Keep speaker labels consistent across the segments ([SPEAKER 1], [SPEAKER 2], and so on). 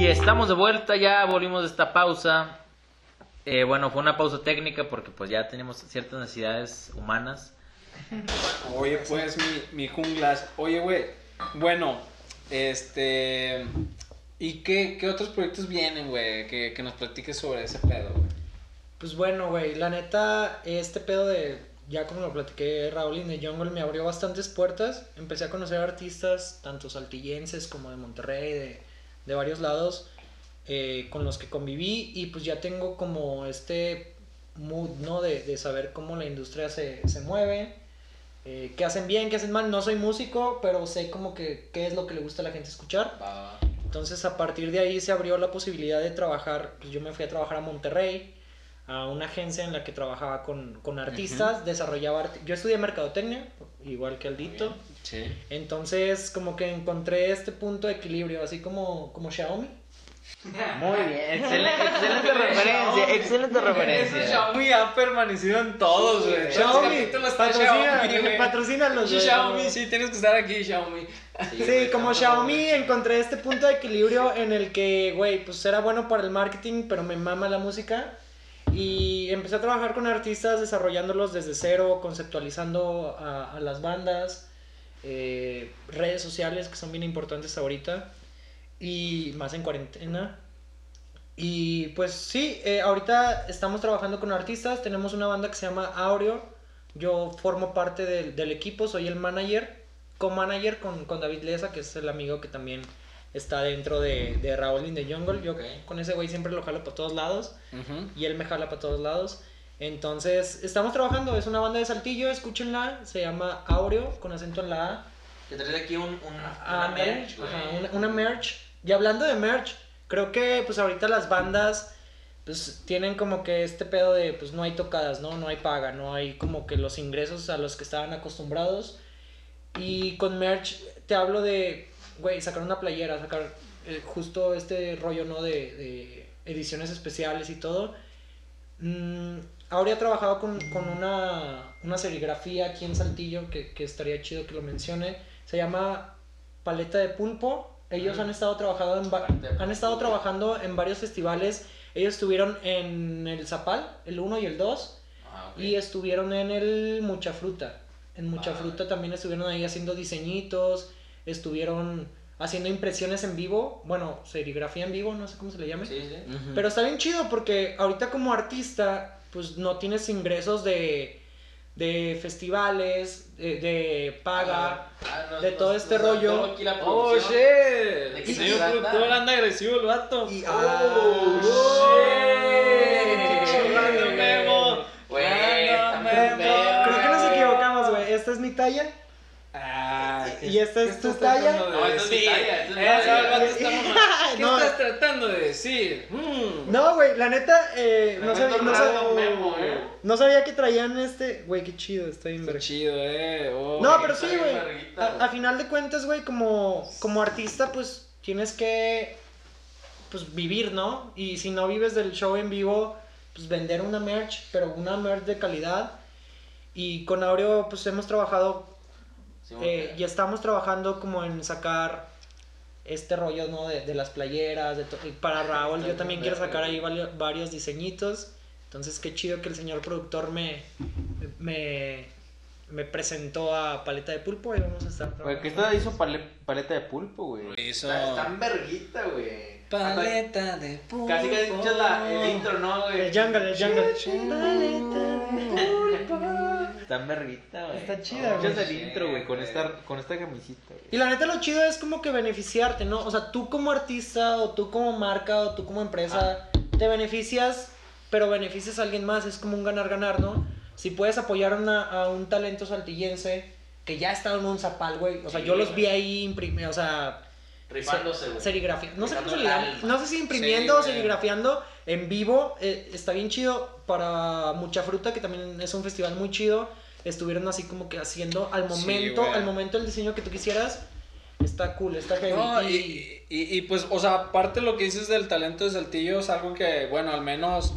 [SPEAKER 1] Estamos de vuelta, ya volvimos de esta pausa. Eh, bueno, fue una pausa técnica porque pues ya tenemos ciertas necesidades humanas.
[SPEAKER 2] Oye, pues, mi, mi junglas. Oye, güey. Bueno, este. ¿Y qué, qué otros proyectos vienen, güey? Que, que nos platiques sobre ese pedo, güey.
[SPEAKER 3] Pues bueno, güey, la neta, este pedo de, ya como lo platiqué, Raúl in the Jungle me abrió bastantes puertas. Empecé a conocer artistas, tanto saltillenses como de Monterrey, de, de varios lados, eh, con los que conviví y pues ya tengo como este mood, ¿no? De, de saber cómo la industria se, se mueve, eh, qué hacen bien, qué hacen mal. No soy músico, pero sé como que qué es lo que le gusta a la gente escuchar.
[SPEAKER 2] Va.
[SPEAKER 3] Entonces a partir de ahí se abrió la posibilidad de trabajar, pues yo me fui a trabajar a Monterrey, a una agencia en la que trabajaba con, con artistas, desarrollaba arte. Yo estudié mercadotecnia, igual que Aldito.
[SPEAKER 2] Sí.
[SPEAKER 3] Entonces como que encontré este punto de equilibrio, así como, como Xiaomi.
[SPEAKER 1] Muy bien, excelente, excelente referencia, excelente
[SPEAKER 2] Ese Xiaomi ha permanecido en todos, güey.
[SPEAKER 3] Xiaomi,
[SPEAKER 2] Este capítulo está Xiaomi, güey.
[SPEAKER 3] patrocina, patrocínalos,
[SPEAKER 2] Sí,
[SPEAKER 3] güey.
[SPEAKER 2] Xiaomi, sí, tienes que estar aquí, Xiaomi.
[SPEAKER 3] Sí, como Xiaomi encontré este punto de equilibrio en el que, güey, pues era bueno para el marketing, pero me mama la música. Y empecé a trabajar con artistas desarrollándolos desde cero, conceptualizando a, a las bandas, eh, redes sociales que son bien importantes ahorita, y más en cuarentena. Y pues sí, eh, ahorita estamos trabajando con artistas, tenemos una banda que se llama Aureo, yo formo parte del, del equipo, soy el manager, co-manager con, con David Leza, que es el amigo que también está dentro de, de Raúl in the Jungle, yo
[SPEAKER 2] Ok.
[SPEAKER 3] con ese güey siempre lo jalo para todos lados
[SPEAKER 2] Ujú.
[SPEAKER 3] y él me jala para todos lados. Entonces, estamos trabajando, es una banda de Saltillo, escúchenla, se llama Aureo, con acento en la A.
[SPEAKER 1] Te traes aquí un, un,
[SPEAKER 3] Ah, merch, ajá, una, una merch. Y hablando de merch, creo que pues ahorita las bandas pues tienen como que este pedo de pues no hay tocadas, ¿no? No hay paga, no hay como que los ingresos a los que estaban acostumbrados. Y con merch te hablo de, güey, sacar una playera, sacar eh, justo este rollo, ¿no? De, de ediciones especiales y todo. Mm, ahora he trabajado con, con una, una serigrafía aquí en Saltillo que, que estaría chido que lo mencione. Se llama Paleta de Pulpo. Ellos han estado trabajando en, va-
[SPEAKER 2] Paleta de
[SPEAKER 3] han estado
[SPEAKER 2] Pulpo.
[SPEAKER 3] trabajando en varios festivales. Ellos estuvieron en el Zapal, el 1 y el 2.
[SPEAKER 2] Ah, ok.
[SPEAKER 3] Y estuvieron en el Mucha Fruta. En Mucha
[SPEAKER 2] Ah.
[SPEAKER 3] Fruta también estuvieron ahí haciendo diseñitos, estuvieron haciendo impresiones en vivo, bueno, serigrafía en vivo, no sé cómo se le llame.
[SPEAKER 2] Ujú.
[SPEAKER 3] Pero está bien chido porque ahorita como artista, pues no tienes ingresos de, de festivales, de, de paga.
[SPEAKER 1] Ah,
[SPEAKER 3] de todo este rollo.
[SPEAKER 2] Oh, shit.
[SPEAKER 1] qué
[SPEAKER 2] El
[SPEAKER 1] se
[SPEAKER 2] señor
[SPEAKER 1] trata?
[SPEAKER 2] productor anda agresivo el vato.
[SPEAKER 3] Y-
[SPEAKER 2] oh,
[SPEAKER 3] ah,
[SPEAKER 2] shit.
[SPEAKER 3] shit.
[SPEAKER 2] Ando memo.
[SPEAKER 1] Güey,
[SPEAKER 2] Ando
[SPEAKER 1] estamos
[SPEAKER 2] memo.
[SPEAKER 1] perros.
[SPEAKER 3] Creo que nos equivocamos, güey. Esta es mi talla.
[SPEAKER 2] Ah,
[SPEAKER 3] ¿Y
[SPEAKER 2] ¿qué-
[SPEAKER 3] esta es
[SPEAKER 2] qué
[SPEAKER 3] tu
[SPEAKER 2] estás
[SPEAKER 3] talla?
[SPEAKER 2] tratando de
[SPEAKER 1] No, esta es mi
[SPEAKER 2] decir?
[SPEAKER 1] talla, esta es mi
[SPEAKER 2] Esa,
[SPEAKER 1] talla.
[SPEAKER 2] vato, está mamá. ¿Qué
[SPEAKER 3] No.
[SPEAKER 2] estás tratando de decir? Mm.
[SPEAKER 3] No, güey, la neta, eh, no,
[SPEAKER 1] Me
[SPEAKER 3] sabía,
[SPEAKER 1] meto
[SPEAKER 3] no,
[SPEAKER 1] raro,
[SPEAKER 3] sab-
[SPEAKER 1] Memo, eh.
[SPEAKER 3] no sabía que traían este... Güey, qué chido, está bien
[SPEAKER 2] Está
[SPEAKER 3] verga.
[SPEAKER 2] chido, eh. Oh,
[SPEAKER 3] No, pero
[SPEAKER 1] está
[SPEAKER 3] sí,
[SPEAKER 1] bien
[SPEAKER 3] güey.
[SPEAKER 1] larguita, güey.
[SPEAKER 3] A, a final de cuentas, güey, como, como artista, pues tienes que pues vivir, ¿no? Y si no vives del show en vivo, pues vender una merch, pero una merch de calidad. Y con Aureo, pues hemos trabajado
[SPEAKER 1] Sí,
[SPEAKER 3] eh,
[SPEAKER 1] ok.
[SPEAKER 3] y estamos trabajando como en sacar este rollo, ¿no? De, de las playeras, de to- y para
[SPEAKER 1] Ah,
[SPEAKER 3] Raúl yo también quiero sacar ahí valio- varios diseñitos. Entonces, qué chido que el señor productor me, me, me presentó a Paleta de Pulpo y vamos a estar
[SPEAKER 4] Güey, que
[SPEAKER 3] trabajando.
[SPEAKER 4] esta hizo pale- paleta de pulpo, güey.
[SPEAKER 2] Eso.
[SPEAKER 1] Está- Están verguita, güey.
[SPEAKER 2] Paleta de pulpo.
[SPEAKER 1] Casi casi escuchas la, el intro, ¿no, güey?
[SPEAKER 3] Oh. El jungle, el jungle.
[SPEAKER 4] Está merguita, güey.
[SPEAKER 3] Está chida,
[SPEAKER 4] Escuchas
[SPEAKER 3] güey.
[SPEAKER 4] el intro, güey, con esta, con esta camisita,
[SPEAKER 3] Y
[SPEAKER 4] güey.
[SPEAKER 3] la neta lo chido es como que beneficiarte, ¿no? O sea, tú como artista o tú como marca o tú como empresa
[SPEAKER 1] Ah.
[SPEAKER 3] te beneficias, pero beneficias a alguien más, es como un ganar-ganar, ¿no? Si puedes apoyar una- a un talento saltillense que ya ha estado en un zapal, güey. O sea,
[SPEAKER 1] Sí,
[SPEAKER 3] yo los vi
[SPEAKER 1] güey.
[SPEAKER 3] ahí imprimir, o sea,
[SPEAKER 1] Rifándose, güey.
[SPEAKER 3] serigrafía. No sé cómo
[SPEAKER 1] Dejando
[SPEAKER 3] se le
[SPEAKER 1] el
[SPEAKER 3] llama.
[SPEAKER 1] alma.
[SPEAKER 3] No sé si imprimiendo o
[SPEAKER 2] Sí, güey.
[SPEAKER 3] serigrafiando en vivo. eh, está bien chido para Mucha Fruta, que también es un festival muy chido. Estuvieron así como que haciendo al
[SPEAKER 2] Sí,
[SPEAKER 3] momento,
[SPEAKER 2] güey.
[SPEAKER 3] al momento el diseño que tú quisieras. Está cool, está heavy.
[SPEAKER 2] No, y,
[SPEAKER 3] y-
[SPEAKER 2] y- y, pues, o sea, aparte lo que dices del talento de Saltillo es algo que, bueno, al menos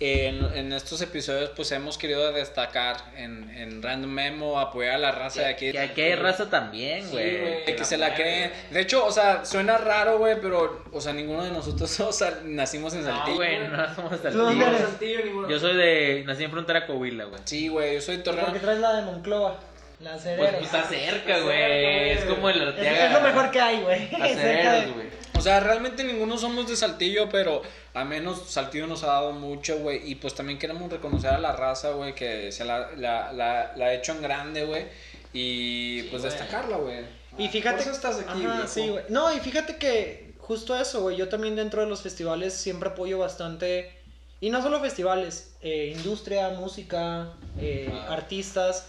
[SPEAKER 2] en, en estos episodios pues hemos querido destacar en, en Random Memo, apoyar a la raza de aquí.
[SPEAKER 1] Que aquí hay raza también,
[SPEAKER 5] Sí,
[SPEAKER 1] güey.
[SPEAKER 5] güey.
[SPEAKER 2] Que se la creen. De hecho, o sea, suena raro, güey, pero, o sea, ninguno de nosotros, o sea, nacimos en
[SPEAKER 5] No,
[SPEAKER 1] No,
[SPEAKER 2] Saltillo.
[SPEAKER 1] güey, no somos
[SPEAKER 3] ¿Tú dónde
[SPEAKER 1] saltillos.
[SPEAKER 3] eres?
[SPEAKER 5] Saltillo, ninguno.
[SPEAKER 1] Yo soy de. Nací en frontera Coahuila, güey.
[SPEAKER 2] Sí, güey, yo soy Torreón.
[SPEAKER 3] Porque traes la de Monclova, la
[SPEAKER 1] Pues,
[SPEAKER 3] Cereros.
[SPEAKER 1] pues, está cerca,
[SPEAKER 5] Está cerca,
[SPEAKER 1] güey.
[SPEAKER 5] güey.
[SPEAKER 1] Es como el
[SPEAKER 3] es,
[SPEAKER 1] Arteaga.
[SPEAKER 3] es lo mejor que hay, güey. Cerca de-
[SPEAKER 4] Aceros, güey.
[SPEAKER 2] O sea, realmente ninguno somos de Saltillo, pero a menos Saltillo nos ha dado mucho, güey. Y pues también queremos reconocer a la raza, güey, que se la, la, la, la ha hecho en grande, güey. Y pues
[SPEAKER 1] güey.
[SPEAKER 2] destacarla, güey.
[SPEAKER 3] Y fíjate.
[SPEAKER 2] Ah, Por eso estás aquí,
[SPEAKER 3] Ajá,
[SPEAKER 2] viejo.
[SPEAKER 3] sí, güey. No, y fíjate que justo eso, güey. Yo también dentro de los festivales siempre apoyo bastante. Y no solo festivales, eh, industria, música, eh,
[SPEAKER 2] Ah.
[SPEAKER 3] artistas.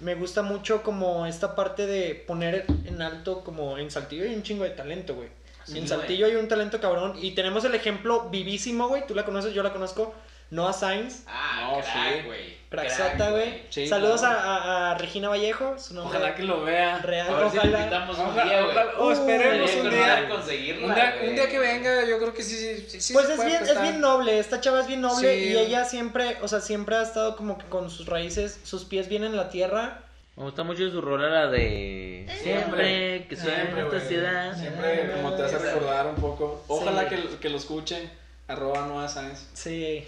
[SPEAKER 3] Me gusta mucho como esta parte de poner en alto, como en Saltillo hay un chingo de talento, güey.
[SPEAKER 1] Sí,
[SPEAKER 3] en
[SPEAKER 1] güey.
[SPEAKER 3] Saltillo hay un talento cabrón. Y tenemos el ejemplo vivísimo, güey. Tú la conoces, yo la conozco. Noah Sainz,
[SPEAKER 5] Ah,
[SPEAKER 2] No,
[SPEAKER 5] crack,
[SPEAKER 2] sí.
[SPEAKER 5] güey.
[SPEAKER 3] Craxata,
[SPEAKER 5] Crack,
[SPEAKER 3] güey.
[SPEAKER 2] Sí,
[SPEAKER 3] Saludos
[SPEAKER 2] claro.
[SPEAKER 3] a, a- a Regina Vallejo, su nombre
[SPEAKER 2] Ojalá que lo vea.
[SPEAKER 3] real.
[SPEAKER 1] A ver si lo
[SPEAKER 3] ojalá.
[SPEAKER 1] invitamos un
[SPEAKER 2] Ojalá-
[SPEAKER 1] día, güey.
[SPEAKER 2] ojalá- o esperemos
[SPEAKER 1] Sería
[SPEAKER 2] un
[SPEAKER 1] con madre
[SPEAKER 2] día.
[SPEAKER 1] conseguirla,
[SPEAKER 2] Un día,
[SPEAKER 1] güey.
[SPEAKER 2] un día que venga, yo creo que sí, sí, sí, sí
[SPEAKER 3] Pues
[SPEAKER 2] se
[SPEAKER 3] es
[SPEAKER 2] puede
[SPEAKER 3] bien, es
[SPEAKER 2] prestar.
[SPEAKER 3] bien noble, esta chava es bien noble
[SPEAKER 2] Sí.
[SPEAKER 3] y ella siempre, o sea, siempre ha estado como que con sus raíces, sus pies bien en la tierra.
[SPEAKER 1] Me gusta mucho su rola, la de. Siempre, que suena
[SPEAKER 2] Siempre,
[SPEAKER 1] en esta
[SPEAKER 2] güey.
[SPEAKER 1] ciudad.
[SPEAKER 2] Siempre, como te hace recordar un poco. Ojalá que, que lo escuche. Arroba Noah Sáenz.
[SPEAKER 3] Sí.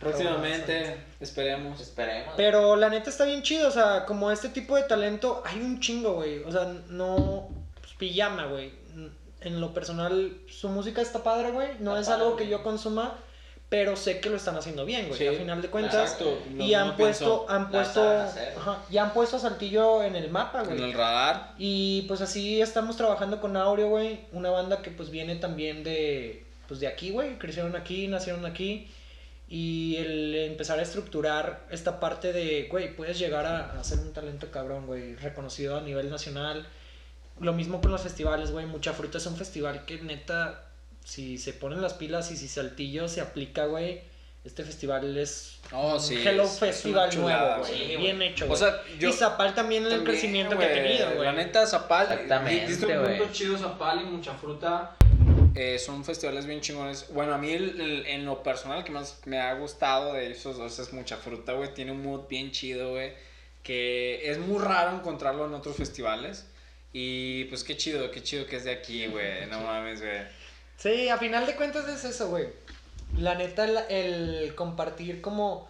[SPEAKER 2] Próximamente, esperemos.
[SPEAKER 4] Esperemos.
[SPEAKER 3] Pero la neta está bien chido, o sea, como este tipo de talento hay un chingo, güey. O sea, no pues, pijama, güey. En lo personal su música está padre, güey. No
[SPEAKER 5] Está
[SPEAKER 3] es
[SPEAKER 5] padre,
[SPEAKER 3] algo que
[SPEAKER 5] güey.
[SPEAKER 3] yo consuma, pero sé que lo están haciendo bien, güey.
[SPEAKER 2] Sí,
[SPEAKER 3] a final de cuentas
[SPEAKER 2] Exacto. No-
[SPEAKER 3] y han
[SPEAKER 2] no
[SPEAKER 3] puesto
[SPEAKER 2] pienso
[SPEAKER 3] han
[SPEAKER 5] la
[SPEAKER 3] puesto
[SPEAKER 5] saben hacer.
[SPEAKER 3] ajá, y han puesto a Saltillo en el mapa, güey.
[SPEAKER 2] en el radar.
[SPEAKER 3] Y pues así estamos trabajando con Aureo, güey. Una banda que pues viene también de, pues, de aquí, güey. Crecieron aquí, nacieron aquí. Y el empezar a estructurar esta parte de, güey, puedes llegar a, a ser un talento cabrón, güey. Reconocido a nivel nacional. Lo mismo con los festivales, güey. Mucha Fruta es un festival que neta, si se ponen las pilas y si Saltillo se aplica, güey. Este festival es
[SPEAKER 2] Oh,
[SPEAKER 3] un
[SPEAKER 2] sí.
[SPEAKER 3] Hello
[SPEAKER 2] es- es una
[SPEAKER 3] Festival
[SPEAKER 2] chulada,
[SPEAKER 3] nuevo,
[SPEAKER 5] güey.
[SPEAKER 3] güey.
[SPEAKER 5] Sí, güey.
[SPEAKER 3] Bien hecho,
[SPEAKER 2] O
[SPEAKER 3] güey.
[SPEAKER 2] sea, yo-
[SPEAKER 3] y Zapal también, el
[SPEAKER 2] También,
[SPEAKER 3] crecimiento que
[SPEAKER 2] güey,
[SPEAKER 3] ha tenido, güey.
[SPEAKER 2] La neta, Zapal.
[SPEAKER 3] Este,
[SPEAKER 1] Exactamente,
[SPEAKER 2] diste un
[SPEAKER 1] güey.
[SPEAKER 2] punto
[SPEAKER 5] Punto chido, Zapal y mucha fruta.
[SPEAKER 2] Eh, son festivales bien chingones. Bueno, a mí el- el- en lo personal que más me ha gustado de esos dos es mucha fruta, güey. Tiene un mood bien chido, güey. Que es muy raro encontrarlo en otros festivales. Y pues qué chido, qué chido que es de aquí, güey. No mames, güey.
[SPEAKER 3] Sí, a final de cuentas es eso, güey. La neta, el, el compartir como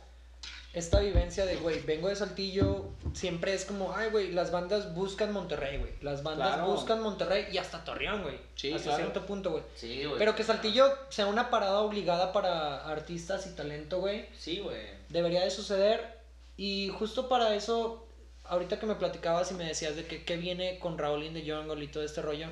[SPEAKER 3] esta vivencia de, güey, vengo de Saltillo, siempre es como, ay, güey, las bandas buscan Monterrey, güey. Las bandas
[SPEAKER 2] Claro.
[SPEAKER 3] buscan Monterrey y hasta Torreón, güey.
[SPEAKER 2] Sí, claro.
[SPEAKER 3] hasta
[SPEAKER 2] Pues,
[SPEAKER 3] cierto punto, güey.
[SPEAKER 5] Sí, güey.
[SPEAKER 3] Pero que Saltillo sea una parada obligada para artistas y talento, güey,
[SPEAKER 5] Sí, güey.
[SPEAKER 3] debería de suceder. Y justo para eso, ahorita que me platicabas y me decías de que, qué viene con Raúl in the Jungle y todo este rollo,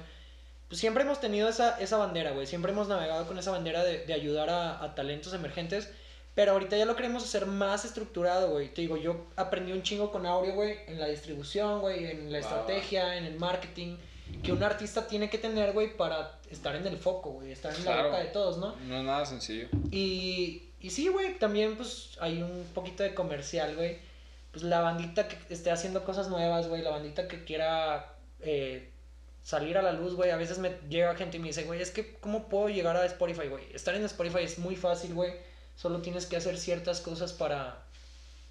[SPEAKER 3] pues siempre hemos tenido esa, esa bandera, güey. Siempre hemos navegado con esa bandera de, de ayudar a, a talentos emergentes. Pero ahorita ya lo queremos hacer más estructurado, güey. Te digo, yo aprendí un chingo con Aureo, güey, en la distribución, güey, en la
[SPEAKER 2] Wow.
[SPEAKER 3] estrategia, en el marketing, que un artista tiene que tener, güey, para estar en el foco, güey, estar en la
[SPEAKER 2] Claro.
[SPEAKER 3] boca de todos, ¿no?
[SPEAKER 2] No es nada sencillo.
[SPEAKER 3] Y, y sí, güey, también pues hay un poquito de comercial, güey. Pues la bandita que esté haciendo cosas nuevas, güey, la bandita que quiera eh, salir a la luz, güey. A veces me llega gente y me dice, güey, es que ¿cómo puedo llegar a Spotify, güey? Estar en Spotify es muy fácil, güey. Solo tienes que hacer ciertas cosas para,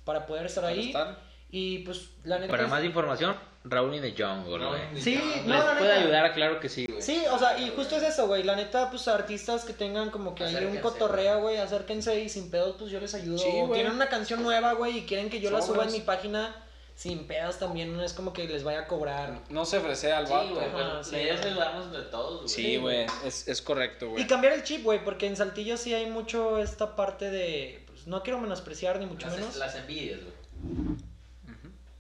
[SPEAKER 3] para poder estar
[SPEAKER 2] Para
[SPEAKER 3] ahí.
[SPEAKER 2] estar.
[SPEAKER 3] Y pues la neta...
[SPEAKER 1] Para
[SPEAKER 3] es-
[SPEAKER 1] más información, Raúl y the Jungle, güey.
[SPEAKER 3] Sí, no,
[SPEAKER 1] ¿Les
[SPEAKER 3] la
[SPEAKER 1] puede
[SPEAKER 3] neta.
[SPEAKER 1] ayudar? Claro que sí, güey.
[SPEAKER 3] Sí, o sea, y justo es eso, güey. La neta, pues artistas que tengan como que hay un
[SPEAKER 5] Acérquense,
[SPEAKER 3] cotorreo, güey, acérquense y sin pedos, pues yo les ayudo.
[SPEAKER 2] Sí,
[SPEAKER 3] O
[SPEAKER 2] güey.
[SPEAKER 3] tienen una canción nueva, güey, y quieren que yo la suba en
[SPEAKER 2] Sobres.
[SPEAKER 3] mi página sin pedos también. No es como que les vaya a cobrar.
[SPEAKER 2] No se ofrece al
[SPEAKER 5] Sí,
[SPEAKER 2] vato.
[SPEAKER 5] güey.
[SPEAKER 3] Ajá,
[SPEAKER 5] pero
[SPEAKER 3] sí.
[SPEAKER 5] La idea es ayudarnos entre todos, güey.
[SPEAKER 2] Sí, güey. Es, es correcto, güey.
[SPEAKER 3] Y cambiar el chip, güey, porque en Saltillo sí hay mucho esta parte de. Pues no quiero menospreciar, ni mucho
[SPEAKER 5] Las-
[SPEAKER 3] menos.
[SPEAKER 5] Las envidias, güey.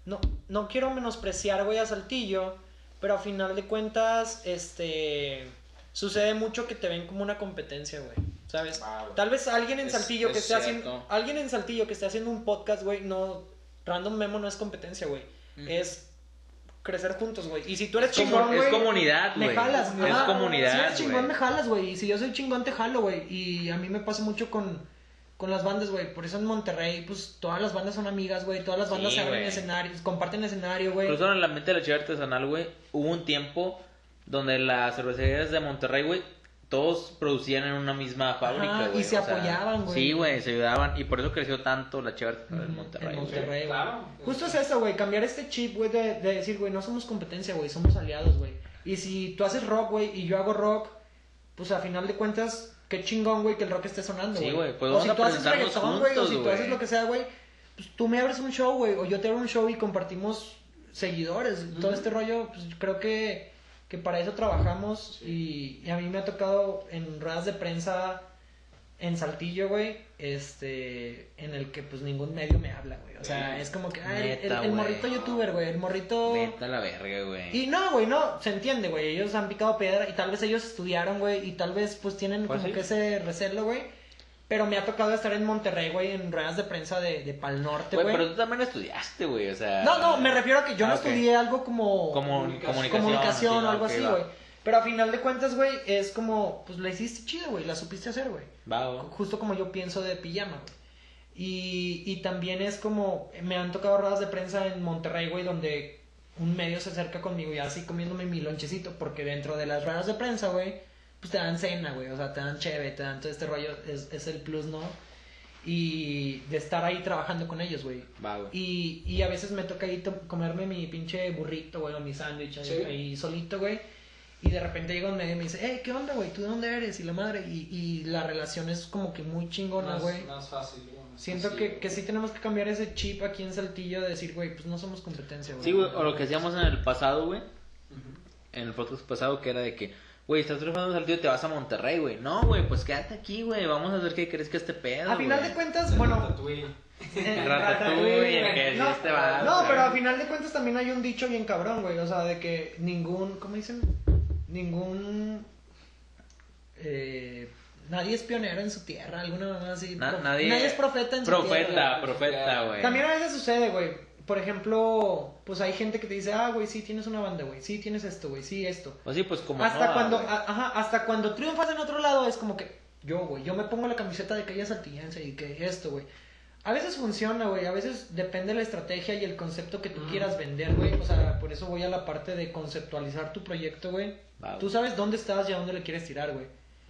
[SPEAKER 3] No, no quiero menospreciar, güey, a Saltillo, pero a final de cuentas, este. Sucede mucho que te ven como una competencia, güey. ¿Sabes? Tal vez alguien en
[SPEAKER 2] Es-
[SPEAKER 3] Saltillo que
[SPEAKER 2] es
[SPEAKER 3] esté
[SPEAKER 2] cierto.
[SPEAKER 3] haciendo. Alguien en Saltillo que esté haciendo un podcast, güey, no. Random Memo no es competencia, güey.
[SPEAKER 2] Ujú.
[SPEAKER 3] Es crecer juntos, güey. Y si tú eres
[SPEAKER 1] Es,
[SPEAKER 3] chingón,
[SPEAKER 1] comu- es
[SPEAKER 3] güey,
[SPEAKER 1] comunidad, güey.
[SPEAKER 3] me jalas,
[SPEAKER 1] Es
[SPEAKER 3] ajá. Si
[SPEAKER 1] comunidad,
[SPEAKER 3] eres chingón, me
[SPEAKER 1] güey.
[SPEAKER 3] jalas, güey. Y si yo soy chingón, te jalo, güey. Y a mí me pasa mucho con, con las bandas, güey. Por eso en Monterrey, pues todas las bandas son amigas, güey. Todas las bandas
[SPEAKER 1] Sí,
[SPEAKER 3] se abren
[SPEAKER 1] güey.
[SPEAKER 3] escenarios, comparten escenario, güey.
[SPEAKER 1] Incluso en el ambiente de la cheve artesanal, güey, hubo un tiempo donde las cervecerías de Monterrey, güey, todos producían en una misma fábrica,
[SPEAKER 3] Ajá, y
[SPEAKER 1] güey.
[SPEAKER 3] se
[SPEAKER 1] o sea,
[SPEAKER 3] apoyaban, güey.
[SPEAKER 1] Sí, güey, se ayudaban. Y por eso creció tanto la chévere del
[SPEAKER 3] Ujú,
[SPEAKER 1] Monterrey.
[SPEAKER 3] en
[SPEAKER 1] güey.
[SPEAKER 3] Monterrey, güey.
[SPEAKER 5] Claro.
[SPEAKER 3] Justo es eso, güey, cambiar este chip, güey, de, de decir, güey, no somos competencia, güey, somos aliados, güey. Y si tú haces rock, güey, y yo hago rock, pues a final de cuentas, qué chingón, güey, que el rock esté sonando,
[SPEAKER 1] Sí,
[SPEAKER 3] güey.
[SPEAKER 1] güey, pues
[SPEAKER 3] o
[SPEAKER 1] vamos
[SPEAKER 3] si
[SPEAKER 1] a
[SPEAKER 3] tú haces
[SPEAKER 1] presentarnos
[SPEAKER 3] reggaetón, güey, o
[SPEAKER 1] juntos,
[SPEAKER 3] si tú
[SPEAKER 1] güey.
[SPEAKER 3] haces lo que sea, güey, pues tú me abres un show, güey, o yo te abro un show y compartimos seguidores. Todo este rollo, pues creo que, que para eso trabajamos y, y a mí me ha tocado en ruedas de prensa en Saltillo, güey, este, en el que pues ningún medio me habla, güey. O sea, es como que, ay, el-
[SPEAKER 1] Neta,
[SPEAKER 3] el,
[SPEAKER 1] güey.
[SPEAKER 3] morrito youtuber, güey, el morrito...
[SPEAKER 1] Vete a la verga, güey.
[SPEAKER 3] Y no, güey, no, se entiende, güey. Ellos han picado piedra y tal vez ellos estudiaron, güey, y tal vez pues tienen
[SPEAKER 4] Pues
[SPEAKER 3] como
[SPEAKER 4] sí.
[SPEAKER 3] que ese recelo, güey. Pero me ha tocado estar en Monterrey, güey, en ruedas de prensa de, de Pal Norte,
[SPEAKER 1] Güey, pero
[SPEAKER 3] güey.
[SPEAKER 1] tú también estudiaste, güey, o sea...
[SPEAKER 3] No, no, me refiero a que yo
[SPEAKER 1] Ah,
[SPEAKER 3] no
[SPEAKER 1] ok.
[SPEAKER 3] estudié algo como...
[SPEAKER 1] Como
[SPEAKER 5] Comunicación.
[SPEAKER 1] comunicación.
[SPEAKER 3] comunicación
[SPEAKER 1] sí,
[SPEAKER 3] o algo
[SPEAKER 1] ok,
[SPEAKER 3] así,
[SPEAKER 1] va.
[SPEAKER 3] güey. Pero a final de cuentas, güey, es como, pues la hiciste chido, güey, la supiste hacer, güey.
[SPEAKER 1] Va, va.
[SPEAKER 3] Justo como yo pienso de pijama, güey. Y, y también es como, me han tocado ruedas de prensa en Monterrey, güey, donde un medio se acerca conmigo y así comiéndome mi lonchecito, porque dentro de las ruedas de prensa, güey, pues te dan cena, güey, o sea, te dan cheve, te dan todo este rollo, es, es el plus, ¿no? Y de estar ahí trabajando con ellos, güey.
[SPEAKER 1] Va, güey.
[SPEAKER 3] Y, y a veces me toca ahí to- comerme mi pinche burrito, güey, o mi sándwich ahí,
[SPEAKER 2] Sí.
[SPEAKER 3] ahí solito, güey. Y de repente llega un medio y me dice, hey, ¿qué onda, güey? ¿Tú de dónde eres? Y la madre. Y, y la relación es como que muy chingona,
[SPEAKER 5] Más,
[SPEAKER 3] güey.
[SPEAKER 5] más fácil, güey, más
[SPEAKER 3] Siento
[SPEAKER 5] fácil,
[SPEAKER 3] que,
[SPEAKER 5] güey.
[SPEAKER 3] que sí tenemos que cambiar ese chip aquí en Saltillo de decir, güey, pues no somos competencia, güey.
[SPEAKER 1] Sí, güey, o lo que hacíamos en el pasado, güey. En el podcast pasado, que era de que, güey, estás triunfando en Saltillo, te vas a Monterrey, güey. No, güey, pues quédate aquí, güey. Vamos a ver qué crees que este pedo.
[SPEAKER 3] A final
[SPEAKER 1] güey.
[SPEAKER 3] de cuentas, bueno,
[SPEAKER 5] Ratatouille.
[SPEAKER 3] Eh,
[SPEAKER 1] Ratatouille, que sí
[SPEAKER 3] no,
[SPEAKER 1] este vato,
[SPEAKER 3] no,
[SPEAKER 1] güey.
[SPEAKER 3] pero a final de cuentas también hay un dicho bien cabrón, güey. O sea, de que ningún, ¿cómo dicen? Ningún. eh, nadie es pionero en su tierra, alguna mamá así.
[SPEAKER 1] Na-
[SPEAKER 3] Pro-
[SPEAKER 1] nadie-
[SPEAKER 3] es profeta en su tierra.
[SPEAKER 1] Profeta, profeta,
[SPEAKER 5] Profeta.
[SPEAKER 1] güey.
[SPEAKER 3] También a veces sucede, güey. Por ejemplo, pues hay gente que te dice, ah, güey, sí tienes una banda, güey, sí tienes esto, güey, sí esto.
[SPEAKER 1] O sí, pues como.
[SPEAKER 3] hasta
[SPEAKER 1] no,
[SPEAKER 3] cuando,
[SPEAKER 1] güey.
[SPEAKER 3] a- ajá, hasta cuando triunfas en otro lado es como que yo, güey, yo me pongo la camiseta de que ella es saltillense y que esto, güey. A veces funciona, güey, a veces depende de la estrategia y el concepto que tú quieras vender, güey. O sea, por eso voy a la parte de conceptualizar tu proyecto, güey.
[SPEAKER 1] Va,
[SPEAKER 3] Tú
[SPEAKER 1] güey.
[SPEAKER 3] sabes dónde estás y a dónde le quieres tirar, güey.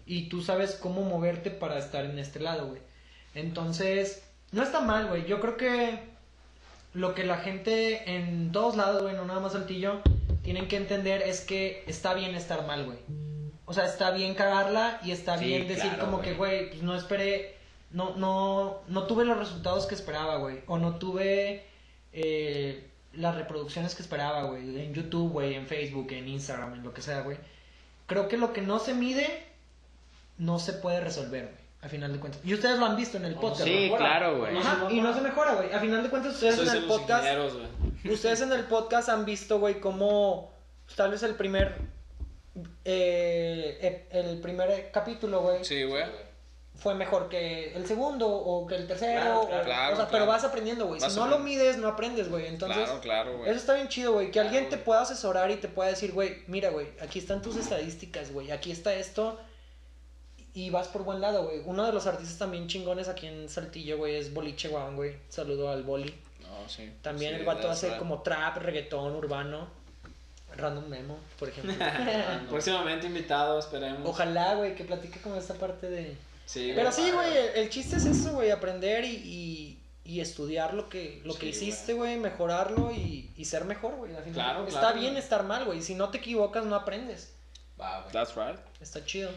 [SPEAKER 3] Y tú sabes cómo moverte para estar en este lado, güey. Entonces, no está mal, güey. Yo creo que lo que la gente en todos lados, güey, no nada más Saltillo, tienen que entender es que está bien estar mal, güey. O sea, está bien cagarla y está
[SPEAKER 1] Sí,
[SPEAKER 3] bien decir
[SPEAKER 1] claro,
[SPEAKER 3] como
[SPEAKER 1] güey.
[SPEAKER 3] que, güey, pues no esperé, no, no, no tuve los resultados que esperaba, güey. O no tuve eh, las reproducciones que esperaba, güey. En YouTube, güey, en Facebook, en Instagram, en lo que sea, güey. Creo que lo que no se mide, no se puede resolver, güey. A final de cuentas. Y ustedes lo han visto en el podcast.
[SPEAKER 1] Oh, Sí,
[SPEAKER 3] ¿no?
[SPEAKER 1] claro, güey.
[SPEAKER 5] Ajá.
[SPEAKER 3] Ajá, y no se mejora, güey. A final de cuentas, ustedes
[SPEAKER 2] Eso es
[SPEAKER 3] en
[SPEAKER 2] de
[SPEAKER 3] el
[SPEAKER 2] los
[SPEAKER 3] podcast
[SPEAKER 2] ingenieros, güey.
[SPEAKER 3] Ustedes en el podcast han visto, güey, cómo pues, tal vez el primer eh, ep- el primer capítulo, güey,
[SPEAKER 2] Sí, güey.
[SPEAKER 3] fue mejor que el segundo o que el tercero.
[SPEAKER 5] Claro,
[SPEAKER 3] o-
[SPEAKER 5] claro,
[SPEAKER 3] o sea,
[SPEAKER 2] claro.
[SPEAKER 3] pero vas aprendiendo, güey. Si
[SPEAKER 2] Vas
[SPEAKER 3] no lo
[SPEAKER 2] aprendiendo.
[SPEAKER 3] mides, no aprendes, güey. Entonces,
[SPEAKER 2] Claro, claro,
[SPEAKER 3] eso
[SPEAKER 2] güey.
[SPEAKER 3] está bien chido, güey. Que
[SPEAKER 5] Claro,
[SPEAKER 3] alguien te
[SPEAKER 5] güey.
[SPEAKER 3] pueda asesorar y te pueda decir, güey, mira, güey, aquí están tus estadísticas, güey. Aquí está esto. Y vas por buen lado, güey. Uno de los artistas también chingones aquí en Saltillo, güey, es Boliche Guan, güey. Saludo al Boli.
[SPEAKER 2] No, sí.
[SPEAKER 3] También
[SPEAKER 2] Sí,
[SPEAKER 3] el vato
[SPEAKER 2] that's
[SPEAKER 3] hace
[SPEAKER 2] right.
[SPEAKER 3] como trap, reggaetón, urbano. Random Memo, por ejemplo.
[SPEAKER 2] Próximamente invitado, esperemos.
[SPEAKER 3] Ojalá, güey, que platique como esta parte de...
[SPEAKER 2] Sí,
[SPEAKER 3] Pero sí, güey, el- el chiste es eso, güey, aprender y, y- y estudiar lo que, lo que
[SPEAKER 2] Sí,
[SPEAKER 3] hiciste, güey, mejorarlo y, y ser mejor, güey. al final.
[SPEAKER 2] Claro,
[SPEAKER 3] Está
[SPEAKER 2] claro,
[SPEAKER 3] bien
[SPEAKER 2] güey.
[SPEAKER 3] estar mal, güey. Si no te equivocas, no aprendes.
[SPEAKER 5] Va, güey.
[SPEAKER 2] That's right.
[SPEAKER 3] Está chido.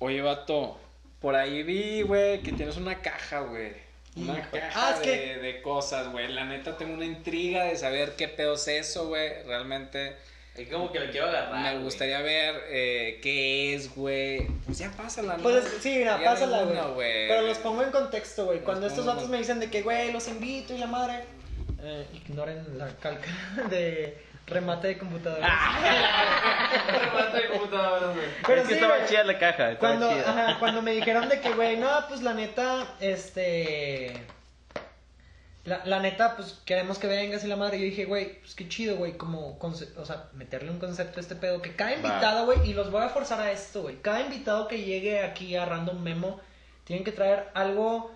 [SPEAKER 2] Oye, vato, por ahí vi, güey, que tienes una caja, güey. Una
[SPEAKER 3] Hijo.
[SPEAKER 2] caja
[SPEAKER 3] Ah, es
[SPEAKER 2] de,
[SPEAKER 3] que-
[SPEAKER 2] de cosas, güey. La neta tengo una intriga de saber qué pedo es eso, güey. Realmente
[SPEAKER 5] Es como que le quiero agarrar.
[SPEAKER 2] me
[SPEAKER 5] güey.
[SPEAKER 2] gustaría ver eh, qué es, güey. Pues ya pásala, ¿no?
[SPEAKER 3] Pues sí, mira,
[SPEAKER 2] Ya
[SPEAKER 3] pásala,
[SPEAKER 2] ninguna,
[SPEAKER 3] güey. Pero los pongo en contexto, güey.
[SPEAKER 2] Los
[SPEAKER 3] Cuando estos
[SPEAKER 2] pongo-
[SPEAKER 3] vatos me dicen de que, güey, los invito y la madre. eh, ignoren la calca de remate de computadora.
[SPEAKER 2] Ah,
[SPEAKER 5] Remate de computadoras, güey.
[SPEAKER 3] Pero
[SPEAKER 1] es que
[SPEAKER 3] sí,
[SPEAKER 1] estaba
[SPEAKER 3] güey.
[SPEAKER 1] chida la caja, estaba
[SPEAKER 3] Cuando,
[SPEAKER 1] chida.
[SPEAKER 3] ajá, cuando me dijeron de que, güey, no, pues la neta, este. La, la neta, pues queremos que vengas y la madre. Yo dije, güey, pues qué chido, güey, como, conce- o sea, meterle un concepto a este pedo. Que cada invitado, güey, y los voy a forzar a esto, güey. Cada invitado que llegue aquí a Random Memo, tienen que traer algo,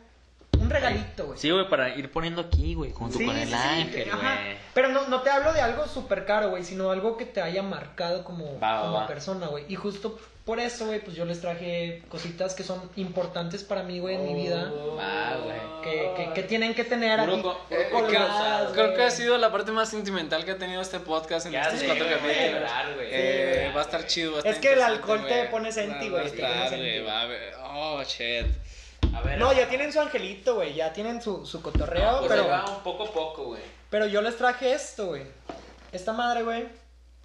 [SPEAKER 3] un Un regalito, güey.
[SPEAKER 1] Sí, güey, para ir poniendo aquí, güey, junto
[SPEAKER 3] Sí,
[SPEAKER 1] con
[SPEAKER 3] sí,
[SPEAKER 1] el
[SPEAKER 3] sí,
[SPEAKER 1] ángel,
[SPEAKER 3] que- ajá.
[SPEAKER 1] güey.
[SPEAKER 3] Pero no, no te hablo de algo súper caro, güey, sino algo que te haya marcado como,
[SPEAKER 1] Va, va,
[SPEAKER 3] como
[SPEAKER 1] va.
[SPEAKER 3] persona, güey. Y justo por eso, güey, pues yo les traje cositas que son importantes para mí, güey, en mi vida.
[SPEAKER 1] Va, güey.
[SPEAKER 3] Que, que, que tienen que tener
[SPEAKER 1] Puro
[SPEAKER 3] aquí
[SPEAKER 1] co- puro
[SPEAKER 2] Eh,
[SPEAKER 3] colgadas,
[SPEAKER 2] creo, creo
[SPEAKER 3] güey.
[SPEAKER 2] que ha sido la parte más sentimental que ha tenido este podcast en
[SPEAKER 5] Ya
[SPEAKER 2] estos
[SPEAKER 5] sé,
[SPEAKER 2] cuatro
[SPEAKER 5] güey, voy a
[SPEAKER 2] capítulos.
[SPEAKER 5] llorar, güey.
[SPEAKER 2] Eh,
[SPEAKER 3] Sí,
[SPEAKER 2] va a estar chido. va a estar
[SPEAKER 3] Es que el
[SPEAKER 2] interesante,
[SPEAKER 3] alcohol te
[SPEAKER 2] güey.
[SPEAKER 3] pone senti,
[SPEAKER 2] Va a
[SPEAKER 3] güey, te pone
[SPEAKER 2] estar,
[SPEAKER 3] senti.
[SPEAKER 2] güey, va a ver- Oh, shit.
[SPEAKER 5] A ver.
[SPEAKER 3] No, ya tienen su angelito, güey, ya tienen su, su cotorreo,
[SPEAKER 5] No, pues
[SPEAKER 3] pero,
[SPEAKER 5] ahí va un poco a poco, güey.
[SPEAKER 3] pero yo les traje esto, güey. Esta madre, güey,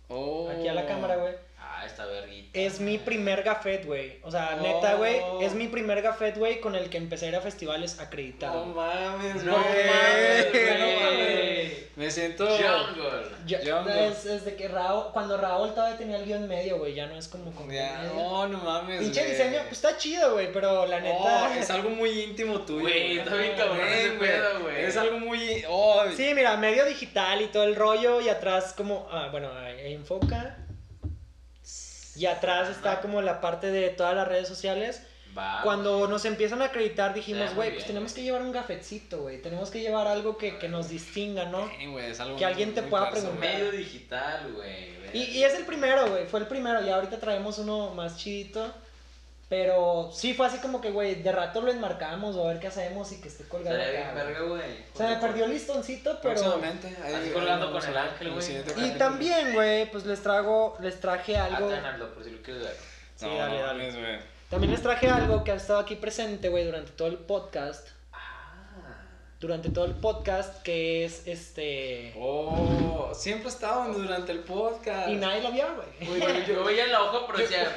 [SPEAKER 2] Oh.
[SPEAKER 3] aquí a la cámara, güey.
[SPEAKER 5] Ah, esta verguita.
[SPEAKER 3] Es mi primer gafet, güey. O sea,
[SPEAKER 2] Oh.
[SPEAKER 3] neta, güey. Es mi primer gafet, güey, con el que empecé a ir a festivales acreditado.
[SPEAKER 2] No mames,
[SPEAKER 3] No
[SPEAKER 2] güey.
[SPEAKER 3] mames,
[SPEAKER 5] güey.
[SPEAKER 2] No mames. Me siento.
[SPEAKER 5] Jungle.
[SPEAKER 3] Ya-
[SPEAKER 2] Yo-
[SPEAKER 3] es, es de que Raúl, cuando Raúl todavía tenía el guión medio, güey, ya no es como con
[SPEAKER 2] Ya,
[SPEAKER 3] guión medio.
[SPEAKER 2] no, no mames.
[SPEAKER 3] Pinche
[SPEAKER 2] güey.
[SPEAKER 3] diseño, pues está chido, güey, pero la neta.
[SPEAKER 2] Oh, es algo muy íntimo tuyo.
[SPEAKER 5] Güey, está bien cabrón ese
[SPEAKER 2] Ven, güey.
[SPEAKER 5] pedo, güey.
[SPEAKER 2] Es algo muy. Oh,
[SPEAKER 3] Sí, mira, medio digital y todo el rollo, y atrás como. Ah, bueno, ahí ahí enfoca. Y atrás está
[SPEAKER 2] Ah.
[SPEAKER 3] como la parte de todas las redes sociales.
[SPEAKER 5] Va.
[SPEAKER 3] Cuando nos empiezan a acreditar dijimos,
[SPEAKER 5] Ah,
[SPEAKER 3] güey,
[SPEAKER 5] muy
[SPEAKER 3] pues
[SPEAKER 5] bien.
[SPEAKER 3] tenemos que llevar un gafetcito, güey. Tenemos que llevar algo que, que nos distinga, ¿no?
[SPEAKER 2] ven, eh, güey, es algo
[SPEAKER 3] Que alguien
[SPEAKER 2] muy-
[SPEAKER 3] te
[SPEAKER 2] muy
[SPEAKER 3] pueda
[SPEAKER 2] perso, güey.
[SPEAKER 3] preguntar.
[SPEAKER 5] Medio digital, güey.
[SPEAKER 3] Y, y es el primero, güey, fue el primero. Y ahorita traemos uno más chidito. Pero sí fue así como que, güey, de rato lo enmarcamos o a ver qué hacemos y que esté colgado.
[SPEAKER 5] Estaría bien
[SPEAKER 3] acá,
[SPEAKER 5] verga,
[SPEAKER 3] güey.
[SPEAKER 5] güey.
[SPEAKER 3] Se me perdió el listoncito, pero.
[SPEAKER 2] Próximamente. ahí-
[SPEAKER 5] Así colgando
[SPEAKER 2] ahí
[SPEAKER 5] con
[SPEAKER 2] vamos
[SPEAKER 5] el
[SPEAKER 2] a ver
[SPEAKER 5] ángel,
[SPEAKER 2] el
[SPEAKER 5] güey.
[SPEAKER 2] siguiente
[SPEAKER 5] Y
[SPEAKER 3] Y
[SPEAKER 2] capítulo.
[SPEAKER 3] también, güey, pues les trago, les traje algo.
[SPEAKER 5] Aténalo, Ah, por si lo quieres ver.
[SPEAKER 3] Sí,
[SPEAKER 2] No,
[SPEAKER 3] dale,
[SPEAKER 2] no
[SPEAKER 3] dale.
[SPEAKER 2] mames, güey.
[SPEAKER 3] También les traje algo que ha estado aquí presente, güey, durante todo el podcast. Durante todo el podcast, que es este.
[SPEAKER 2] Oh, siempre estaban durante el podcast.
[SPEAKER 3] Y nadie lo vio, güey.
[SPEAKER 5] Güey, yo veía la hoja, pero decía.